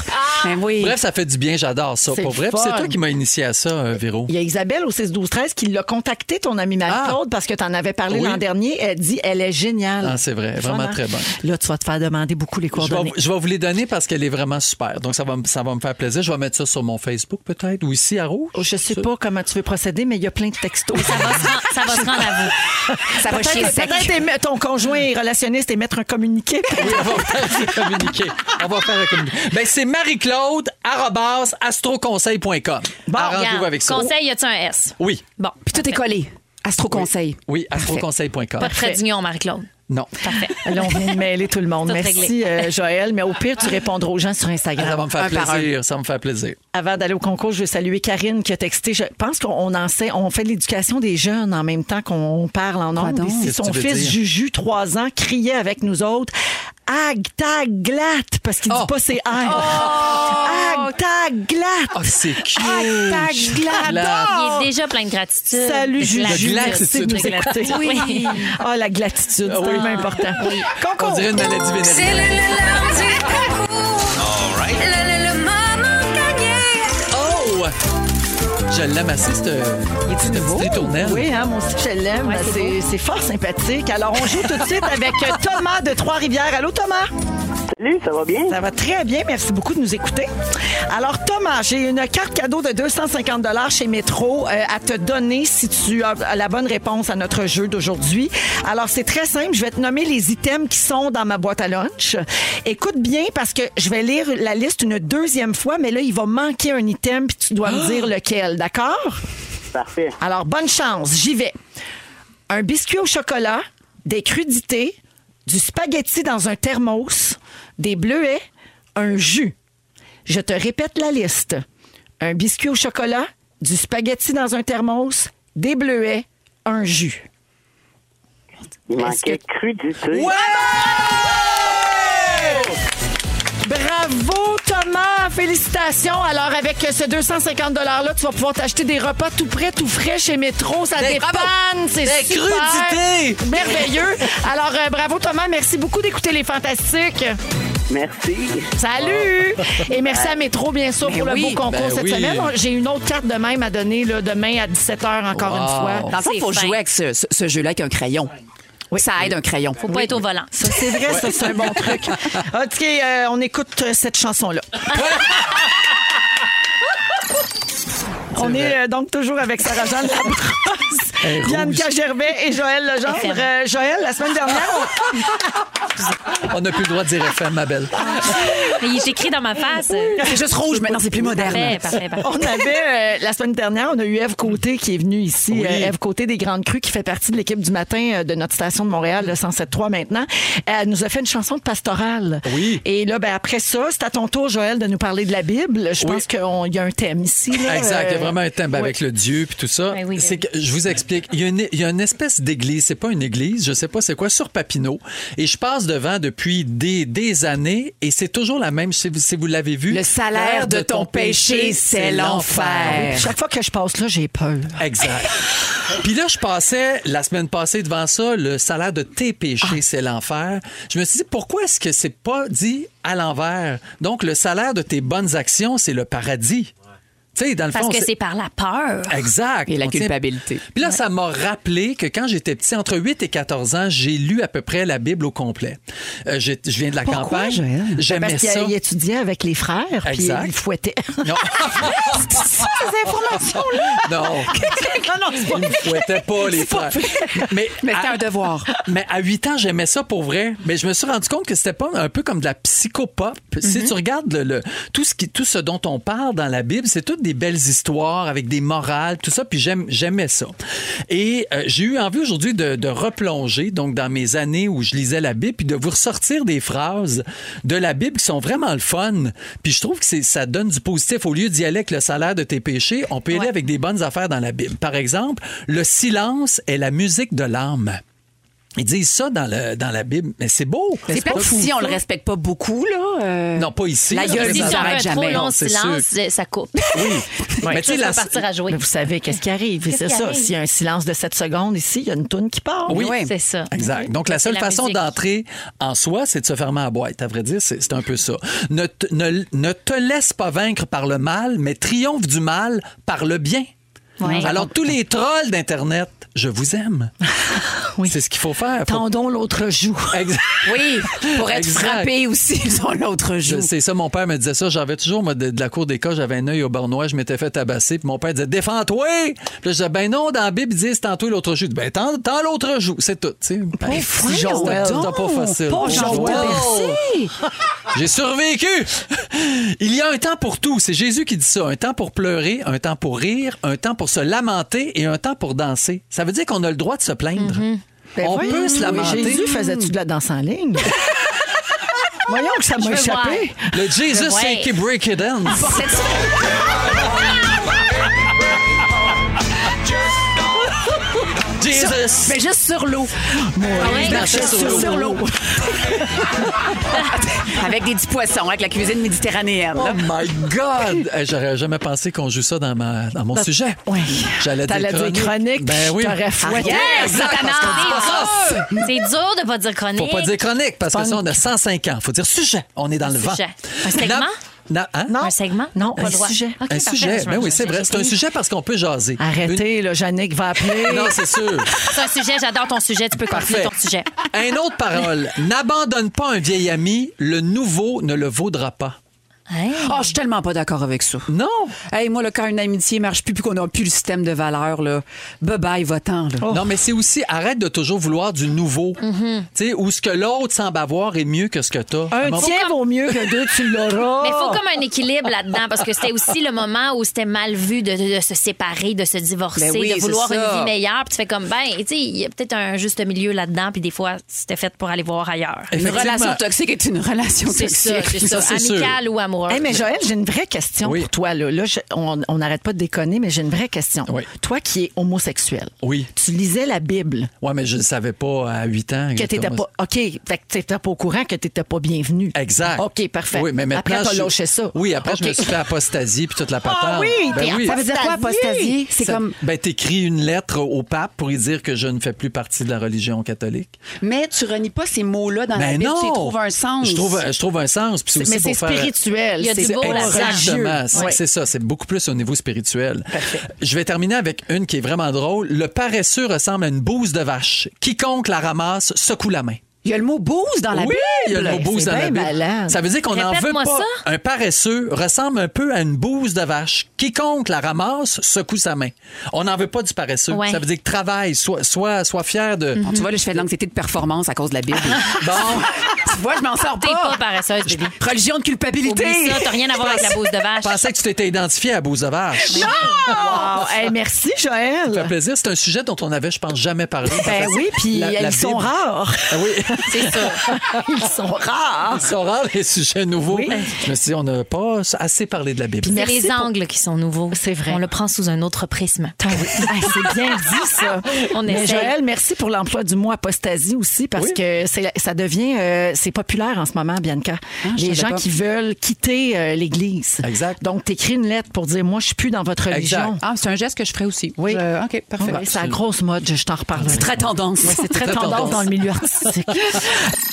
Ben oui. Ah. Bref, ça fait du bien, j'adore ça. C'est Pour vrai, le Puis c'est fun. toi qui m'as initié à ça, euh, Véro. Il y a Isabelle au 6 12 13 qui l'a contacté ton amie Marie-Claude parce que tu en avais parlé Ah. Oui. l'an dernier, elle dit elle est géniale. Ah, c'est vrai, Fun, vraiment hein? très bonne. Là, tu vas te faire demander beaucoup les Je vais, coordonnées. je vais vous les donner parce qu'elle est vraiment super. Donc, ça va, me- ça va me faire plaisir. Je vais mettre ça sur mon Facebook, peut-être, ou ici à Rouge. Oh, Je sais pas comment tu veux procéder, mais il y a plein de textos. Ça va se rendre- ça va se rendre à vous. Oh, ça va chier Peut-être sec. peut-être émettre- ton conjoint est relationniste et mettre un communiqué. Oui, on va faire un communiqué. On va faire un communiqué. Ben, c'est marie-claude arobase astroconseil.com. Bon, Arrangez-vous Regarde, avec ça. Conseil, y a-tu un S? Oui, Bon. Puis tout est collé. Astro-conseil. oui, astroconseil.com. Pas de trait d'union, Marie-Claude. Non. Parfait. Là, on vient de mêler tout le monde. Tout Merci, réglé. euh, Joël. Mais au pire, tu répondras aux gens sur Instagram. Ça va me faire Un par un. plaisir. Ça va me faire plaisir. Avant d'aller au concours, je veux saluer Karine qui a texté. Je pense qu'on on en sait, on fait de l'éducation des jeunes en même temps qu'on parle en Quoi ondes. donc? Ici, Qu'est-ce son que tu veux fils dire? Juju, 3 ans, criait avec nous autres. Ag, tag, glatte, parce qu'il Oh. dit pas c'est R. Ag, tag, glatte. Ah, c'est cute. Ag, tag, glatte. Oh! Il est déjà plein de gratitude. Salut Juju, glatitude. merci de nous La écouter. Oui. Ah, la gratitude, c'est tellement important. On Concours. dirait une maladie C'est vénérienne. le lundi du concours. Le, le, le moment gagné. Oh! Je l'aime assez, cette, cette petite tournelle. Oui, hein, mon aussi, je l'aime. c'est, c'est fort sympathique. Alors, on joue tout de suite avec euh, Thomas de Trois-Rivières. Allô, Thomas? Salut, ça va bien? Ça va très bien. Merci beaucoup de nous écouter. Alors, Thomas, j'ai une carte cadeau de 250 chez Métro euh, à te donner si tu as la bonne réponse à notre jeu d'aujourd'hui. Alors, c'est très simple. Je vais te nommer les items qui sont dans ma boîte à lunch. Écoute bien parce que je vais lire la liste une deuxième fois, mais là, il va manquer un item puis tu dois me dire lequel, d'accord? Parfait. Alors, bonne chance, j'y vais. Un biscuit au chocolat, des crudités, du spaghetti dans un thermos, des bleuets, un jus. Je te répète la liste. Un biscuit au chocolat, du spaghetti dans un thermos, des bleuets, un jus. Il manquait que- crudité. Bravo Thomas, félicitations. Alors avec ce 250 dollars là, tu vas pouvoir t'acheter des repas tout prêt, tout frais chez Métro, ça Des dépanne, c'est Des super. crudités. Merveilleux. Alors euh, bravo Thomas, merci beaucoup d'écouter les fantastiques. Merci. Salut! Et merci à Métro, bien sûr, pour oui, le beau concours ben cette oui. semaine. On- J'ai une autre carte de même à donner là, demain à 17h, encore Wow. une fois. Ah, Dans le fond, il faut C'est fin. jouer avec ce, ce- ce jeu-là avec un crayon. Ça aide un crayon. Faut pas être au volant. Ça, c'est vrai, ça, c'est un bon truc. OK, euh, on écoute euh, cette chanson-là. On est euh, donc toujours avec Sarah-Jeanne Elle est Labrosse, Euh, rouge. Ah, Bianca Gervais et Joël Legendre. FM. Euh, Joël, la semaine dernière, on- On n'a plus le droit de dire FM, ma belle. Mais il s'écrit dans ma face. euh, C'est juste rouge, maintenant c'est plus moderne. Parfait, parfait, parfait. Oh, on, avait, euh, la semaine dernière, on a eu Eve Côté qui est venue ici. Oui. Euh, Ève Côté des Grandes Crues qui fait partie de l'équipe du matin euh, de notre station de Montréal, le 107.3 maintenant. Elle nous a fait une chanson de pastorale. Oui. Et là, ben, après ça, c'est à ton tour, Joël, de nous parler de la Bible. Je Oui. pense qu'il y a un thème ici. là. Exact, il y a Euh, vraiment un thème avec le Dieu puis tout ça. Ben oui, ben c'est que je vous explique, il y a une, il y a une espèce d'église, c'est pas une église, je sais pas c'est quoi, sur Papineau, et je passe devant depuis des, des années, et c'est toujours la même. Si vous, si vous l'avez vu, Le salaire de ton péché, c'est l'enfer. Chaque fois que je passe là, j'ai peur. Exact. Puis là, je passais la semaine passée devant ça, le salaire de tes péchés, c'est l'enfer. Je me suis dit, pourquoi est-ce que c'est pas dit à l'envers? Donc, le salaire de tes bonnes actions, c'est le paradis. Tu sais, dans le Parce fond, que c'est par la peur. Exact. Et la On tient- culpabilité. Puis là, ça m'a rappelé que quand j'étais petit, entre 8 et 14 ans, j'ai lu à peu près la Bible au complet. Euh, j'ai- je, viens de la campagne. J'aimais Ben, Parce ça. qu'il étudiait avec les frères, puis Exact. il fouettait. Non. Ces informations-là! non. non, non, c'est pas Ils me fouettaient pas, les C'est pas frères. Mais, Mais à- c'était un devoir. Mais à 8 ans, j'aimais ça pour vrai. Mais je me suis rendu compte que c'était pas un peu comme de la psychopop. Si tu regardes le, le- tout, ce qui, tout ce dont on parle dans la Bible, c'est toutes des belles histoires avec des morales, tout ça, puis j'aime, j'aimais ça. Et euh, j'ai eu envie aujourd'hui de, de replonger, donc dans mes années où je lisais la Bible, puis de vous ressortir des phrases de la Bible qui sont vraiment le fun. Puis je trouve que c'est, ça donne du positif. Au lieu d'y aller avec le salaire de tes péchés, on peut y aller avec des bonnes affaires dans la Bible. Par exemple, le silence est la musique de l'âme. Ils disent ça dans, le, dans la Bible, mais c'est beau. C'est pas si on le respecte pas beaucoup, là. euh, Non, pas ici. La là, gueule, c'est si ça. tu arrêtes Trop jamais. long Non, c'est silence, euh, sûr. ça coupe. Mais Mais tu sais, la- partir à jouer. Mais vous savez qu'est-ce qui arrive. Qu'est-ce C'est qui ça. arrive? S'il y a un silence de 7 secondes ici, il y a une toune qui part. Oui, C'est ça. Exact. Donc, la C'est seule la façon musique. d'entrer en soi, c'est de se fermer à la boîte. À vrai dire, c'est c'est un peu ça. Ne, te- ne- ne te laisse pas vaincre par le mal, mais triomphe du mal par le bien. Ouais. Alors, tous les trolls d'Internet, je vous aime. C'est ce qu'il faut faire. Faut- Tendons l'autre joue. Exact. Oui, pour être Exact. frappé aussi dans l'autre Je- jour. C'est ça, mon père me disait ça. J'avais toujours, moi, de, de la cour des cas, j'avais un œil au bornois, je m'étais fait tabasser. Puis mon père disait, défends-toi! Puis là, je disais, ben non, dans la Bible, ils disent, tends-toi l'autre joue. Ben, tends, tends l'autre joue. C'est tout, tu sais. Ben, voyons Joël, donc! t'as pas facile. Pauvre Jean de Joël. Bercy! J'ai survécu! Il y a un temps pour tout. C'est Jésus qui dit ça. Un temps pour pleurer, un temps pour rire, un temps pour se lamenter et un temps pour danser. Ça veut dire qu'on a le droit de se plaindre. Ben On voyons, peut se oui, lamenter. Jésus, faisais-tu de la danse en ligne? voyons que ça Je m'a veux échappé. Le Jesus Ouais. Shake It, Break It Dance. Jesus! Ah, Mais juste sur l'eau. Moi, Ah ouais? je marchais Sur sur, l'eau. sur l'eau. Avec des petits poissons, avec la cuisine méditerranéenne. Oh là. my God! Hey, J'aurais jamais pensé qu'on joue ça dans, ma, dans mon sujet. Oui. J'allais T'allais dire dire chronique, Ben oui. Ah, t'aurais fouetté. C'est dur. C'est dur de pas dire chronique. Faut pas dire chronique parce que ça, on a 105 ans. Faut dire sujet. On est dans le vent. Sujet. Un segment? Non, hein? Un segment? Non, Pas un le droit. sujet. Ok, un parfait, sujet. je me- Ben oui, je- c'est vrai. j'ai C'est un compris. sujet parce qu'on peut jaser. Arrêtez, là, Yannick va appeler. Une- Non, c'est sûr. C'est un sujet, j'adore ton sujet. Tu peux continuer Parfait. ton sujet. Un autre parole. N'abandonne pas un vieil ami. Le nouveau ne le vaudra pas. Hey. Oh, je suis tellement pas d'accord avec ça. Non. Hey, moi, là, quand une amitié marche plus, puis qu'on n'a plus le système de valeurs, là, bye bye, va-t'en. Oh. là. Non, mais c'est aussi arrête de toujours vouloir du nouveau. Mm-hmm. Tu sais, ou ce que l'autre semble avoir est mieux que ce que t'as. Un Bon, tiers vaut mieux que deux, tu l'auras. Mais il faut comme un équilibre là-dedans parce que c'était aussi le moment où c'était mal vu de, de- de se séparer, de se divorcer, Ben oui, de vouloir c'est une ça. vie meilleure. Puis tu fais comme, ben, tu sais, il y a peut-être un juste milieu là-dedans. Puis des fois, c'était fait pour aller voir ailleurs. Une Effectivement. relation toxique est une relation C'est toxique. ça, c'est Ça, ça. c'est sûr. Amical ou amoureux. Hey, mais Joël, j'ai une vraie question Ah, Oui. pour toi. Là, Là, je- on on n'arrête pas de déconner, mais j'ai une vraie question. Oui. Toi qui es homosexuel, Oui. tu lisais la Bible. Ouais, mais je ne savais pas à 8 ans. Que t'étais pas. OK. Fait que t'étais pas au courant que t'étais pas bienvenu. Exact. OK, parfait. Oui, mais maintenant. Après, t'as je- lâché ça. Oui, après, je OK. me suis fait apostasie puis toute la patente. Ah oui, t'es ben oui. Ça veut dire quoi, apostasie? C'est Ça- comme. Ben, t'écris une lettre au pape pour lui dire que je ne fais plus partie de la religion catholique. Mais tu renies pas ces mots-là dans la Ben Bible, non! tu y trouves un sens. Je trouve, je trouve un sens. Puis c'est aussi Mais pour c'est faire... spirituel. Il y a du c'est beau pas là-dedans. religieux. Exactement. C'est- Ouais. C'est ça. C'est beaucoup plus au niveau spirituel. Je vais terminer avec une qui est vraiment drôle. Le paresseux ressemble à une bouse de vache. Quiconque la ramasse secoue la main. Il y a le mot bouse dans Ah, la oui, Bible. il y a le mot bouse C'est dans la bien Bible. malade. Ça veut dire qu'on n'en veut Répète-moi pas. ça. Un paresseux ressemble un peu à une bouse de vache. Quiconque la ramasse secoue sa main. On n'en veut pas du paresseux. Ouais. Ça veut dire que travaille, sois, sois, sois fier de. Tu vois, là, je fais de l'anxiété de performance à cause de la Bible. Bon, tu vois, je m'en sors T'es pas pas. paresseuse, bébé. Religion de culpabilité. Oublie ça, t'as rien à voir avec la bouse de je vache. pensais que tu t'étais identifié à la bouse de vache. Ça Oh, hey, merci, fait Joël. plaisir. C'est un sujet dont on n'avait, je pense, jamais parlé. Ben oui, puis La- ils la sont Bible. rares. Ah oui. C'est ça. Ils sont rares. Ils sont rares, les sujets nouveaux. Je me suis dit, on n'a pas assez parlé de la Bible. C'est Merci les pour- angles qui sont nouveaux. C'est vrai. On le prend sous un autre prisme. Ah Hey, c'est bien dit, ça. On Mais essaye. Joël, merci pour l'emploi du mot apostasie aussi, parce Oui. que c'est- ça devient. euh, c'est populaire en ce moment, Bianca. Ah, je les savais gens pas. qui veulent quitter euh, l'Église. Exact. Donc, t'écris une lettre pour dire Moi, je suis plus dans votre religion. Exact. Ah, c'est un geste que je ferais aussi. Oui. Je- OK, parfait. Ouais, c'est la grosse mode, je je t'en reparlerai. C'est très tendance. Ouais, c'est très Très tendance, tendance. dans le milieu artistique.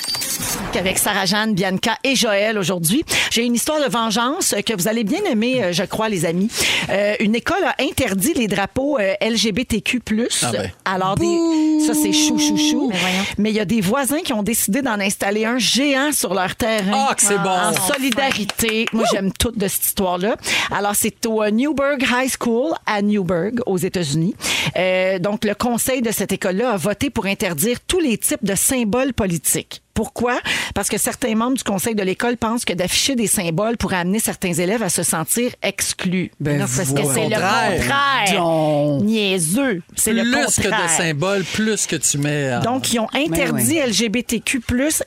Avec Sarah Jeanne, Bianca et Joël aujourd'hui. J'ai une histoire de vengeance que vous allez bien aimer, euh, je crois, les amis. Euh, une école a interdit les drapeaux euh, LGBTQ. Ah ben. Alors, des- ça, c'est chou, chou, chou. Mais voyons. Mais il y a des voisins qui ont décidé d'en installer un géant sur leur terrain. Ah, que c'est bon! En solidarité. Moi, j'aime tout de cette histoire-là. Alors, c'est au euh, Newburgh High School à Newburgh, aux États-Unis. Euh, donc, le conseil de cette école-là a voté pour interdire tous les types de symboles politiques. Pourquoi? Parce que certains membres du conseil de l'école pensent que d'afficher des symboles pourrait amener certains élèves à se sentir exclus. Ben non, parce que voyons. c'est le Contraire. contraire. Niaiseux. C'est le plus que de contraire. symboles, plus que tu mets. Ah. en- Donc, ils ont interdit LGBTQ,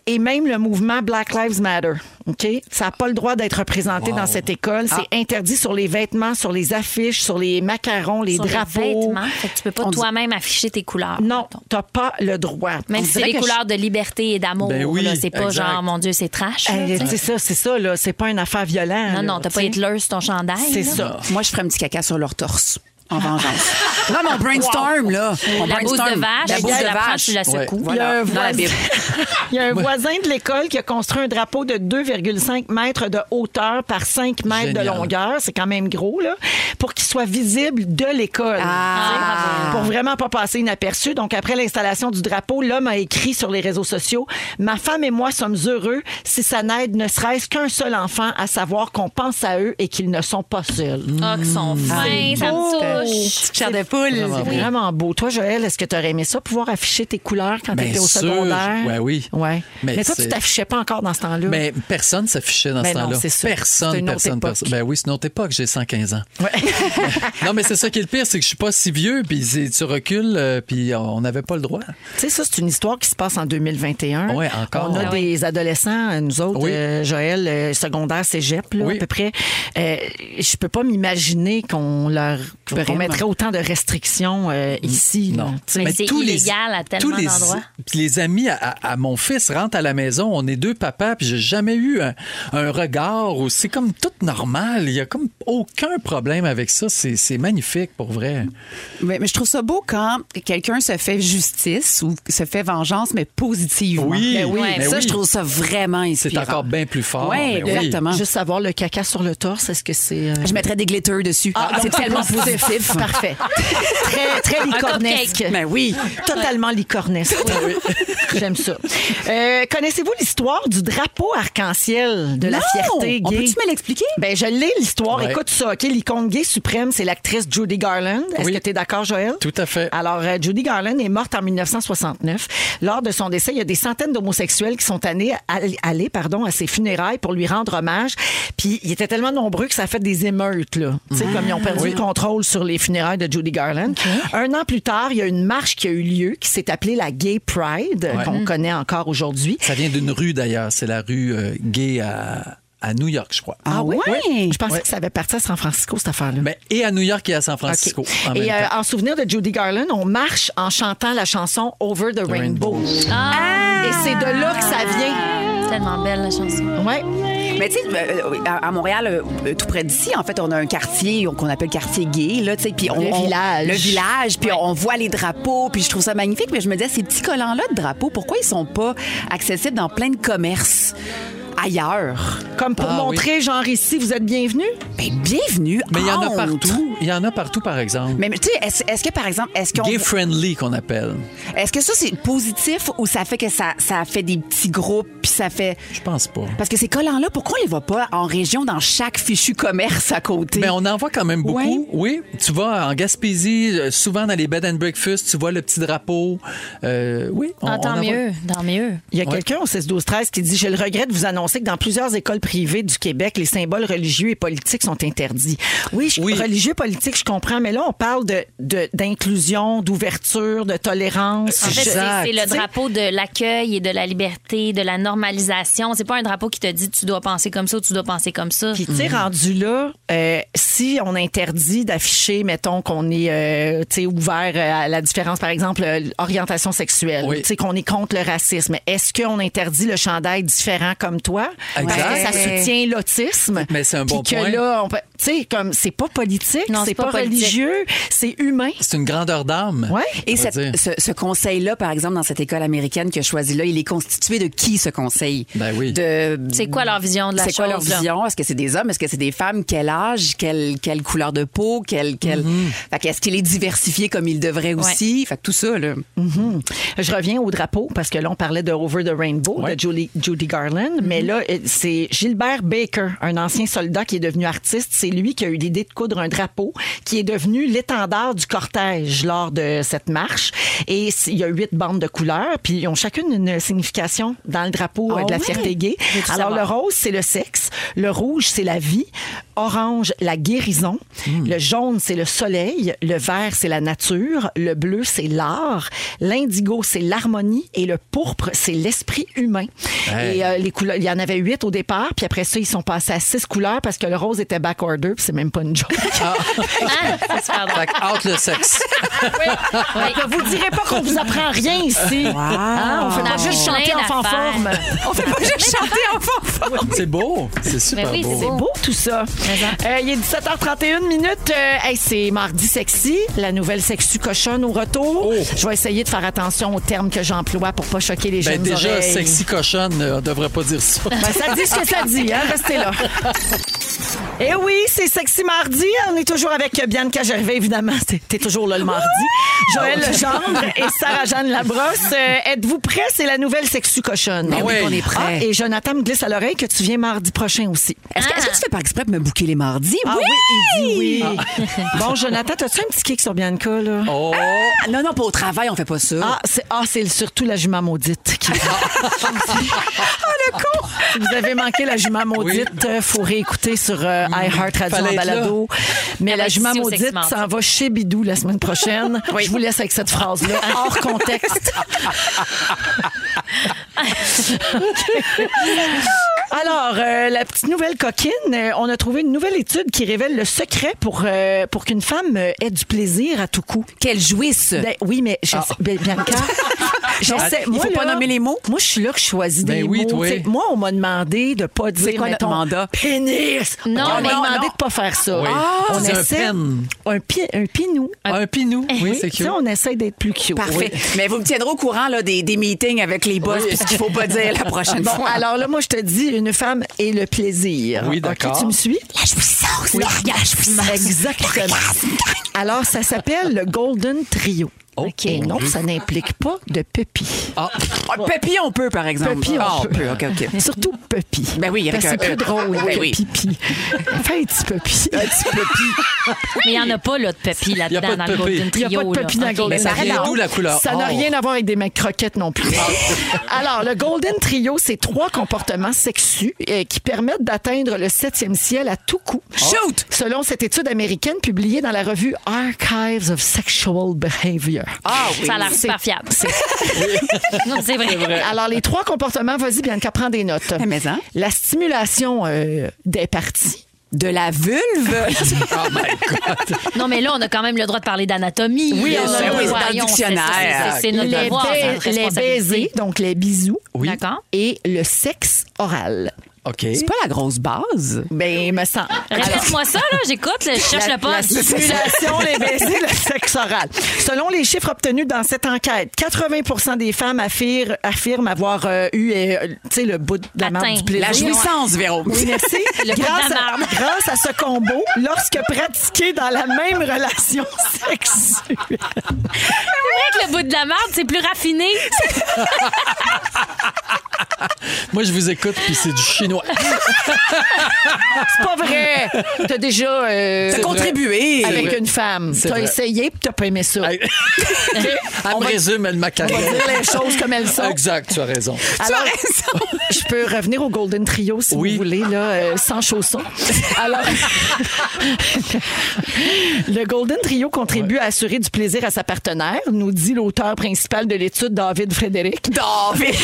et même le mouvement Black Lives Matter. OK? Ça n'a pas le droit d'être représenté dans cette école. C'est Ah. interdit sur les vêtements, sur les affiches, sur les macarons, les Sur les drapeaux. vêtements, fait que tu peux pas On dit- toi-même afficher tes couleurs. Non, tu n'as pas le droit. Même On si c'est dirait que des je- couleurs de liberté et d'amour. Ben oui, là, c'est pas exact. genre, mon Dieu, c'est trash. là, Hey, tu sais. c'est ça, c'est ça, là. C'est pas une affaire violente. hein. non, non, t'as pas Hitler sur ton chandail. C'est là. ça. Ah. Moi, je ferais un petit caca sur leur torse. En vengeance. Là, mon brainstorm, là. Mon La bouse brainstorm. de vache, La tu bouse de la prends, vache. tu la secoues. Ouais. Il y a Voilà. un Dans la voisin- Bible. Il y a un voisin de l'école qui a construit un drapeau de 2,5 mètres de hauteur par 5 mètres Génial. de longueur. C'est quand même gros, là. Pour qu'il soit visible de l'école. Tu sais, Pour vraiment pas passer inaperçu. Donc, après l'installation du drapeau, l'homme a écrit sur les réseaux sociaux Ma femme et moi sommes heureux si ça n'aide ne serait-ce qu'un seul enfant à savoir qu'on pense à eux et qu'ils ne sont pas seuls. Ah, qu'ils sont fins, ça me touche. Petite chair de poule. C'est Vraiment beau. vraiment beau. Toi, Joël, est-ce que tu aurais aimé ça, pouvoir afficher tes couleurs quand tu Bien étais au sûr. secondaire? Ouais, oui. Ouais. Mais, toi, tu c'est- t'affichais pas encore dans ce temps-là. Mais personne s'affichait dans Ben ce non, temps-là. c'est ça. C'est Personne, une autre personne, époque. personne. Ben oui, c'est une autre époque, j'ai 115 ans. non, mais c'est ça qui est le pire, c'est que je suis pas si vieux, puis c'est- tu recules, euh, puis on n'avait pas le droit. Tu sais, ça, c'est une histoire qui se passe en 2021. Ouais, encore. On a Ah ouais. des adolescents, euh, nous autres, Oui. euh, Joël, euh, secondaire, cégep, là, à peu près. Euh, je peux pas m'imaginer qu'on leur qu'on Vraiment. mettrait autant de restrictions euh, ici. là. Tu sais. Mais Ah. c'est illégal à tellement tous les, d'endroits. puis les amis à, à- à mon fils rentrent à la maison, on est deux papas, puis j'ai jamais eu un, un regard où c'est comme tout normal. Il y a comme aucun problème avec ça. C'est c'est magnifique pour vrai. Mais, mais je trouve ça beau quand quelqu'un se fait justice ou se fait vengeance, mais positivement. Oui, Ben mais ça, oui. je trouve ça vraiment C'est inspirant. encore bien plus fort. mais Ouais, oui. exactement. Juste savoir le caca sur le torse, est-ce que c'est. euh, Je mettrais des glitters dessus. Ah, donc c'est c'est tellement positif. positif. Parfait. très, très licornesque. Mais oui. Totalement licornesque. J'aime ça. Euh, Connaissez-vous l'histoire du drapeau arc-en-ciel de la Non! fierté gay? On peut-tu me l'expliquer? Ben, je l'ai, l'histoire. Ouais. Écoute ça, OK? L'icône gay suprême, c'est l'actrice Judy Garland. Est-ce Oui. que tu es d'accord, Joël? Tout à fait. Alors, euh, Judy Garland est morte en 1969. Lors de son décès, il y a des centaines d'homosexuels qui sont allés, all- allés, pardon, à ses funérailles pour lui rendre hommage. Puis, ils étaient tellement nombreux que ça a fait des émeutes, là. Tu sais, comme ils ont perdu le contrôle sur les funérailles de Judy Garland. Un an plus tard, il y a une marche qui a eu lieu qui s'est appelée la Gay Pride, Ouais. qu'on Mm. connaît encore aujourd'hui. Ça vient d'une rue d'ailleurs, c'est la rue euh, Gay à, à New York, je crois. Ah, oui? Je pensais Ouais. que ça avait parti à San Francisco, cette affaire-là. Mais, et à New York et à San Francisco. en Et même euh, temps. en souvenir de Judy Garland, on marche en chantant la chanson Over the, Rainbow. Et c'est de là que ça vient. C'est tellement belle, la chanson. Ouais. Mais tu sais, euh, euh, à à Montréal, euh, euh, tout près d'ici, en fait, on a un quartier on- qu'on appelle quartier gay, là, tu sais, puis on, Le on- village. le village, puis on voit les drapeaux, puis je trouve ça magnifique. Mais je me disais, ces petits collants-là de drapeaux, pourquoi ils sont pas accessibles dans plein de commerces ailleurs Comme pour Ah, oui. montrer, genre ici, vous êtes bienvenue. Ben, bienvenue. Mais il y en a honte. partout. Il y en a partout, par exemple. Mais mais tu sais, est-ce est-ce que par exemple, est-ce qu'on Gay friendly qu'on appelle. est-ce que ça c'est positif ou ça fait que ça ça fait des petits groupes puis ça fait Je pense pas. parce que ces collants-là, pourquoi on les voit pas en région dans chaque fichu commerce à côté Mais Ben, on en voit quand même beaucoup. Ouais. Oui, tu vas en Gaspésie, euh, souvent dans les bed and breakfast, tu vois le petit drapeau. Euh, oui, on, Ah, on en tant voit. mieux, tant mieux. Il y a Ouais. quelqu'un au 16-12-13 qui dit J'ai le regret de vous annoncer que dans plusieurs écoles privées du Québec, les symboles religieux et politiques sont interdits. Oui, je, Oui. religieux, politique, je comprends, mais là, on parle d'inclusion, de, d'inclusion, d'ouverture, de tolérance. En fait, c'est- Exact. c'est le Tu sais, drapeau de l'accueil et de la liberté, de la normalisation. C'est pas un drapeau qui te dit tu dois penser comme ça ou tu dois penser comme ça. Mhm. Puis, tu sais, rendu là, euh, si on interdit d'afficher, mettons, qu'on est euh, tu sais, ouvert euh, à la différence, par exemple, euh, orientation sexuelle, Oui. tu sais, qu'on est contre le racisme, est-ce qu'on interdit le chandail différent comme toi? Exact. Parce que ça soutient l'autisme. Mais c'est un Puis bon que point. là, on peut- tu sais, comme c'est pas politique, Non, c'est c'est pas, pas politique. religieux, c'est humain. C'est une grandeur d'âme. Ouais. Et On va cette- dire. ce, ce conseil-là, par exemple, dans cette école américaine que je choisis là, il est constitué de qui ce conseil? Ben oui. De... C'est quoi leur vision de la C'est chose? quoi leur là? vision? Est-ce que c'est des hommes? Est-ce que c'est des femmes? Quel âge? Quelle, quelle couleur de peau? Quel, quel... Mm-hmm. Fait que est-ce qu'il est diversifié comme il devrait aussi? Fait que tout ça, là. Ben Mhm. Je reviens au drapeau parce que là, on parlait de Over the Rainbow Ouais. Mhm. de Julie- Judy Garland, mais là, euh, c'est Gilbert Baker, un ancien soldat qui est devenu artiste. C'est lui qui a eu l'idée de coudre un drapeau qui est devenu l'étendard du cortège lors de cette marche. Et il y a huit bandes de couleurs, puis ils ont chacune une signification dans le drapeau Ah euh, de la ouais? fierté gay. Veux-tu Alors, le savoir? rose, c'est le sexe. Le rouge, c'est la vie. Orange, la guérison. Le jaune, c'est le soleil. Le vert, c'est la nature. Le bleu, c'est l'art. L'indigo, c'est l'harmonie. Et le pourpre, c'est l'esprit humain. Hey. Et euh, les couleurs, il y en avait huit au départ, puis après ça, ils sont passés à six couleurs parce que le rose était backorder, puis c'est même pas une joke. Ah, c'est Fait que, out le sexe. Vous direz pas qu'on vous apprend rien ici. Hein, on fait On pas a juste plein chanter en d'affaires. fanforme. On fait pas juste chanter en fanforme. C'est beau. C'est super Mais oui, beau. c'est Oh. beau tout ça. Euh, il est 17h31 minutes. Euh, hey, c'est mardi sexy, la nouvelle sexu cochonne au Oh. retour. Je vais essayer de faire attention aux termes que j'emploie pour pas choquer les Ben jeunes déjà, oreilles. sexy cochonne, euh, on devrait pas dire ça. Ben, ça dit ce que ça dit, hein? Restez là. Et oui, c'est Sexy Mardi. On est toujours avec Bianca Gervais, évidemment. T'es- T'es toujours là le mardi. Ah Joël Legendre et Sarah-Jeanne Labrosse. Euh, Êtes-vous prêts? C'est la nouvelle Sexu Cochonne. Ben oui, qu'on est prêts. Ah, et Jonathan me glisse à l'oreille que tu viens mardi prochain aussi. Est-ce que, est-ce que tu fais par exprès de me bouquer les mardis? Ah oui, il dit oui. Ah. Bon, Jonathan, t'as-tu un petit kick sur Bianca, là? Ah, non, non, pas au travail, on fait pas ça. Ah, c'est ah, c'est surtout la jument maudite qui. ah, le con! Si vous avez manqué la jument maudite, euh, faut réécouter sur euh, iHeart Radio Fallait en être balado. Mais Elle la va être jument ici au maudite Sexe Mardi. s'en va chez Bidou la semaine prochaine. Je vous laisse avec cette phrase-là, hors contexte. Alors, euh, la petite nouvelle coquine, euh, on a trouvé une nouvelle étude qui révèle le secret pour, euh, pour qu'une femme euh, ait du plaisir à tout coup. Qu'elle jouisse. Ben oui, mais je sais- ben, Bianca, j'essaie- Ah. Il faut pas là, nommer les mots. Moi, je suis là que je choisis des Ben oui, mots. toi. T'sais, Moi, on m'a demandé de pas dire quoi notre mettons, mandat? pénis. Non, on mais- m'a demandé non. de pas faire ça. Oui. Ah, on C'est un essaie pen. un, pi, un pinou. Un pinou, oui, c'est T'sais, cute. on essaie d'être plus cute. Parfait. Oui. Mais vous me tiendrez au courant là, des, des meetings avec les boss Oui. puis ce qu'il faut pas dire la prochaine Bon, fois. alors là, moi, je te dis, une femme et le plaisir. Oui, Ok, d'accord. tu me suis? La jouissance, la jouissance. Exactement. Alors, ça s'appelle le Golden Trio. OK. Et non, ça n'implique pas de puppy. Ah, Ah, Papillon, on peut, par exemple. Papy, on Ah, peut. OK, OK. Surtout puppy. Ben oui, avec Parce que un c'est E. plus drôle Ben que oui. pipi. Fais un petit puppy. Mais il n'y en a pas là, de papy Y a pas là-dedans de dans papy. le Golden Il n'y Trio. a pas de là. puppy dans Ok. Golden Mais ça Trio. vient d'où, la couleur? Ça n'a Oh. rien à voir avec des mecs croquettes non plus. Alors, le Golden Trio, c'est trois comportements sexus euh, qui permettent d'atteindre le septième ciel à tout coup. Shoot! Selon cette étude américaine publiée dans la revue Archives of Sexual Behavior. Ah oui. Ça a l'air super fiable. non, c'est vrai. Ah, Alors, les trois comportements, vas-y, Bianca, prends des notes. Ah, mais hein? La stimulation euh, des parties. De la vulve. oh my God. Non, mais là, on a quand même le droit de parler d'anatomie. Oui, Euh, on a le droit. voyons, Dans le c'est- c'est- dictionnaire. c'est- C'est notre les, devoir, bais- c'est notre les baisers, responsabilité. donc les bisous. Oui. D'accord. Et le sexe oral. OK. C'est pas la grosse base. Ben, il me semble. Répète-moi ça, là. J'écoute, là, je cherche la, le poste. la stimulation, les baisers, le sexe oral. Selon les chiffres obtenus dans cette enquête, 80 des femmes affirment, affirment avoir euh, eu euh, tu sais, le bout de la marde Atteint. du plaisir. La jouissance, Véro. Oui, merci. Le coup de grâce, la à, marde. grâce à ce combo, lorsque pratiqué dans la même relation sexuelle. Avec le bout de la marde, c'est plus raffiné. Moi, je vous écoute, puis c'est du chinois. C'est pas vrai. T'as déjà euh, T'as contribué. avec vrai. une femme. C'est T'as vrai. essayé puis t'as pas aimé ça. Hey. Elle On me va- résume, elle On va m'accablait. dire les choses comme elles sont. Exact, tu as raison. Alors, je peux revenir au Golden Trio si Oui. vous voulez, là, euh, sans chaussons. Alors, le Golden Trio contribue à assurer du plaisir à sa partenaire, nous dit l'auteur principal de l'étude, David Frédéric. David.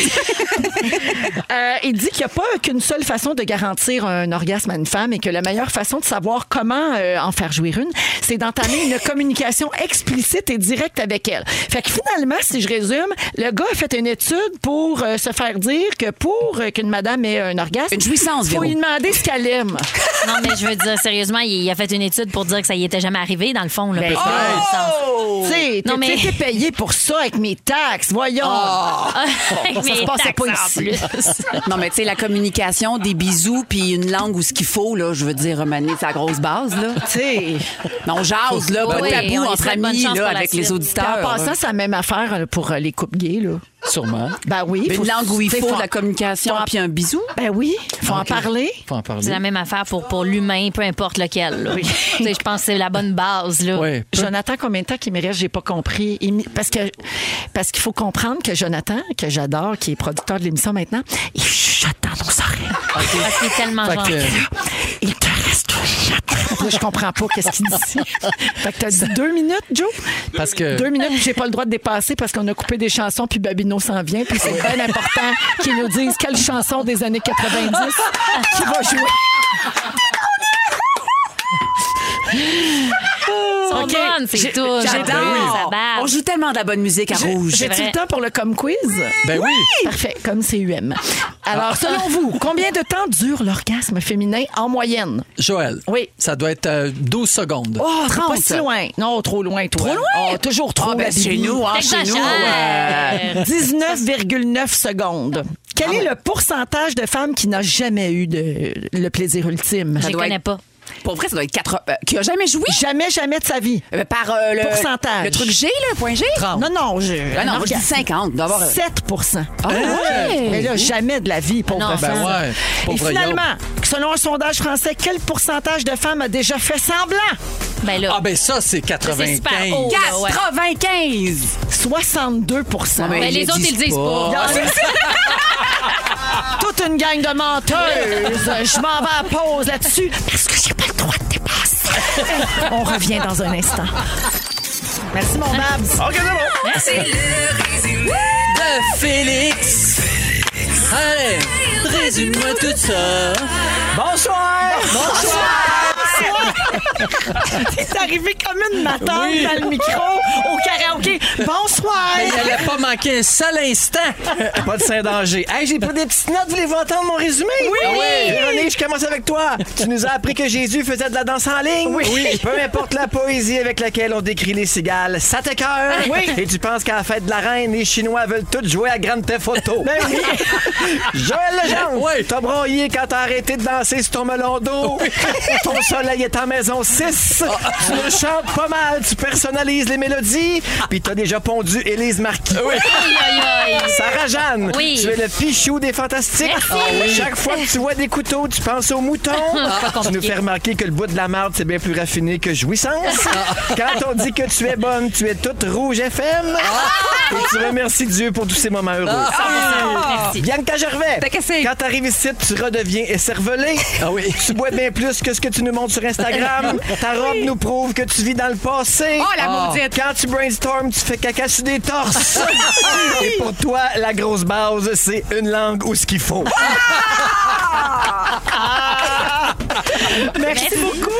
Euh, il dit qu'il n'y a pas qu'une seule façon de garantir un orgasme à une femme et que la meilleure façon de savoir comment euh, en faire jouir une, c'est d'entamer une communication explicite et directe avec elle. Fait que finalement, si je résume, le gars a fait une étude pour euh, se faire dire que pour euh, qu'une madame ait un orgasme, Une jouissance, faut Véro. lui demander ce qu'elle aime. Non, mais je veux dire, sérieusement, il a fait une étude pour dire que ça y était jamais arrivé, dans le fond. Ben, Là, parce que là, il s'en- Oh. Tu sais, Non, t'es- mais- t'es payé pour ça avec mes taxes, voyons. Ah. Avec Ça se mes passait pas Ah, taxes ici. en plus. Non, mais tu sais, la communication, des bisous, puis une langue ou ce qu'il faut, là, je veux dire, Mané, c'est la grosse base, là. Tu sais, Non, on jase, là, pas Oui, de tabou on entre espère bonne amis, chance pour là, la avec suite. les Puis auditeurs. hein. en passant, c'est la même affaire euh, pour euh, les couples gays, là. Sûrement. Ben oui. Une langue où il faut de la communication ah, puis un bisou. Ben oui, faut en parler. Faut en parler. C'est la même affaire pour, pour l'humain, peu importe lequel. là. Tu sais, Je pense que c'est la bonne base. Là. Jonathan, combien de temps qu'il me reste? J'ai pas compris. Il me- Parce que parce qu'il faut comprendre que Jonathan, que j'adore, qui est producteur de l'émission maintenant, il chuchote dans nos oreilles. Parce qu'il est tellement Fait gentil. que- Il te reste un chat. Moi, je comprends pas qu'est-ce qu'il dit. Fait que t'as dit deux minutes, Joe? Parce que- Deux minutes, puis j'ai pas le droit de dépasser parce qu'on a coupé des chansons, puis Babino s'en vient, puis c'est bien important qu'ils nous disent quelle chanson des années 90 qui va jouer. Ils sont OK. bonnes, c'est J'ai- tout. j'adore. Ça bat. Ben On joue tellement de la bonne musique à J'ai- rouge. Ah, J'ai-tu vrai. le temps pour le comme quiz? Ben oui. Parfait, comme CUM. Ah. Alors, selon vous, combien de temps dure l'orgasme féminin en moyenne? Joël. Oui. Ça doit être euh, 12 secondes. Oh, 30. pas si loin. Non, trop loin, toi. Trop loin? toujours trop. Ah, ben, la chez Bibi. nous, hein, chez nous. euh, euh, T'exagères. 19,9 secondes. Quel Ah, ben. est le pourcentage de femmes qui n'a jamais eu de, le plaisir ultime? Je les doit connais être- pas. euh, Pour vrai, ça doit être 4 euh, qui a jamais joué Jamais, jamais de sa vie. Euh, par euh, le Pourcentage. Le truc G là, point G. Non, non, je. Ah non, moi, je dis 50. D'abord, euh, 7 Mais là, jamais de la vie, pauvre Ah, Non. femme. Ben ouais, pauvre Et finalement, selon un sondage français, quel pourcentage de femmes a déjà fait semblant? Ben là, Ah ben ça, c'est c'est 95. super Oh. haut. là, ouais. 95. 62 mais Ben, Ils les le autres, disent ils le disent pas. pas. Ah, c'est ça. Toute une gang de menteuses. Je m'en vais à pause là-dessus. Parce que j'ai pas le droit de dépasser. On revient dans un instant. Merci, mon Babs. C'est le résumé. De Félix. Allez, résume-moi tout ça. Bonsoir. C'est arrivé comme une matante dans le micro au karaoké. Bonsoir. Ben, Il n'allait pas manquer un seul instant. Pas de Saint-Danger. Hey, j'ai pris des petites notes. Voulez-vous entendre mon résumé? Oui! Véronique, je commence avec toi. Tu nous as appris que Jésus faisait de la danse en ligne. Oui. Peu importe la poésie avec laquelle on décrit les cigales, ça t'écœure. Oui. Et tu penses qu'à la fête de la reine, les Chinois veulent tous jouer à Grande Theft Auto. Ben oui. Joël Legendre. Oui. T'as broyé quand t'as arrêté de danser sur ton melon d'eau. Ton soleil est en maison 6. Tu le chantes pas mal. Tu personnalises les mélodies. Puis t'as déjà pondu Élise Marquis. Aïe, aïe, aïe. Sarah Jeanne, Oui. tu es le pichou des fantastiques. Chaque fois que tu vois des couteaux, tu penses aux moutons. Ah. tu nous fais remarquer que le bout de la marde, c'est bien plus raffiné que jouissance. Ah. Quand on dit que tu es bonne, tu es toute rouge FM. Ah. Et tu remercies Dieu pour tous ces moments heureux. Bianca Gervais, T'as cassé. quand t'arrives ici, tu redeviens écervelé. Ah Tu bois bien plus que ce que tu nous montres sur Instagram. Ta robe nous prouve que tu vis dans le passé. Ah. Oh, la maudite. Quand tu brainstorm, tu fais caca sur des torses. Et pour toi, la grosse base, c'est une langue ou ce qu'il faut. Ah. Merci beaucoup.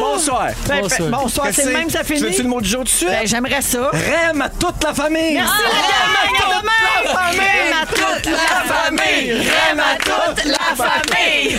Bonsoir. Ben, Bonsoir. Bonsoir, c'est le même, ça Tu finit. veux-tu le mot du jour tout de suite? Ben, J'aimerais ça. Rem à toute la famille! Merci, la gang, à demain. Rem Ah, à toute la famille. Rem à toute la famille.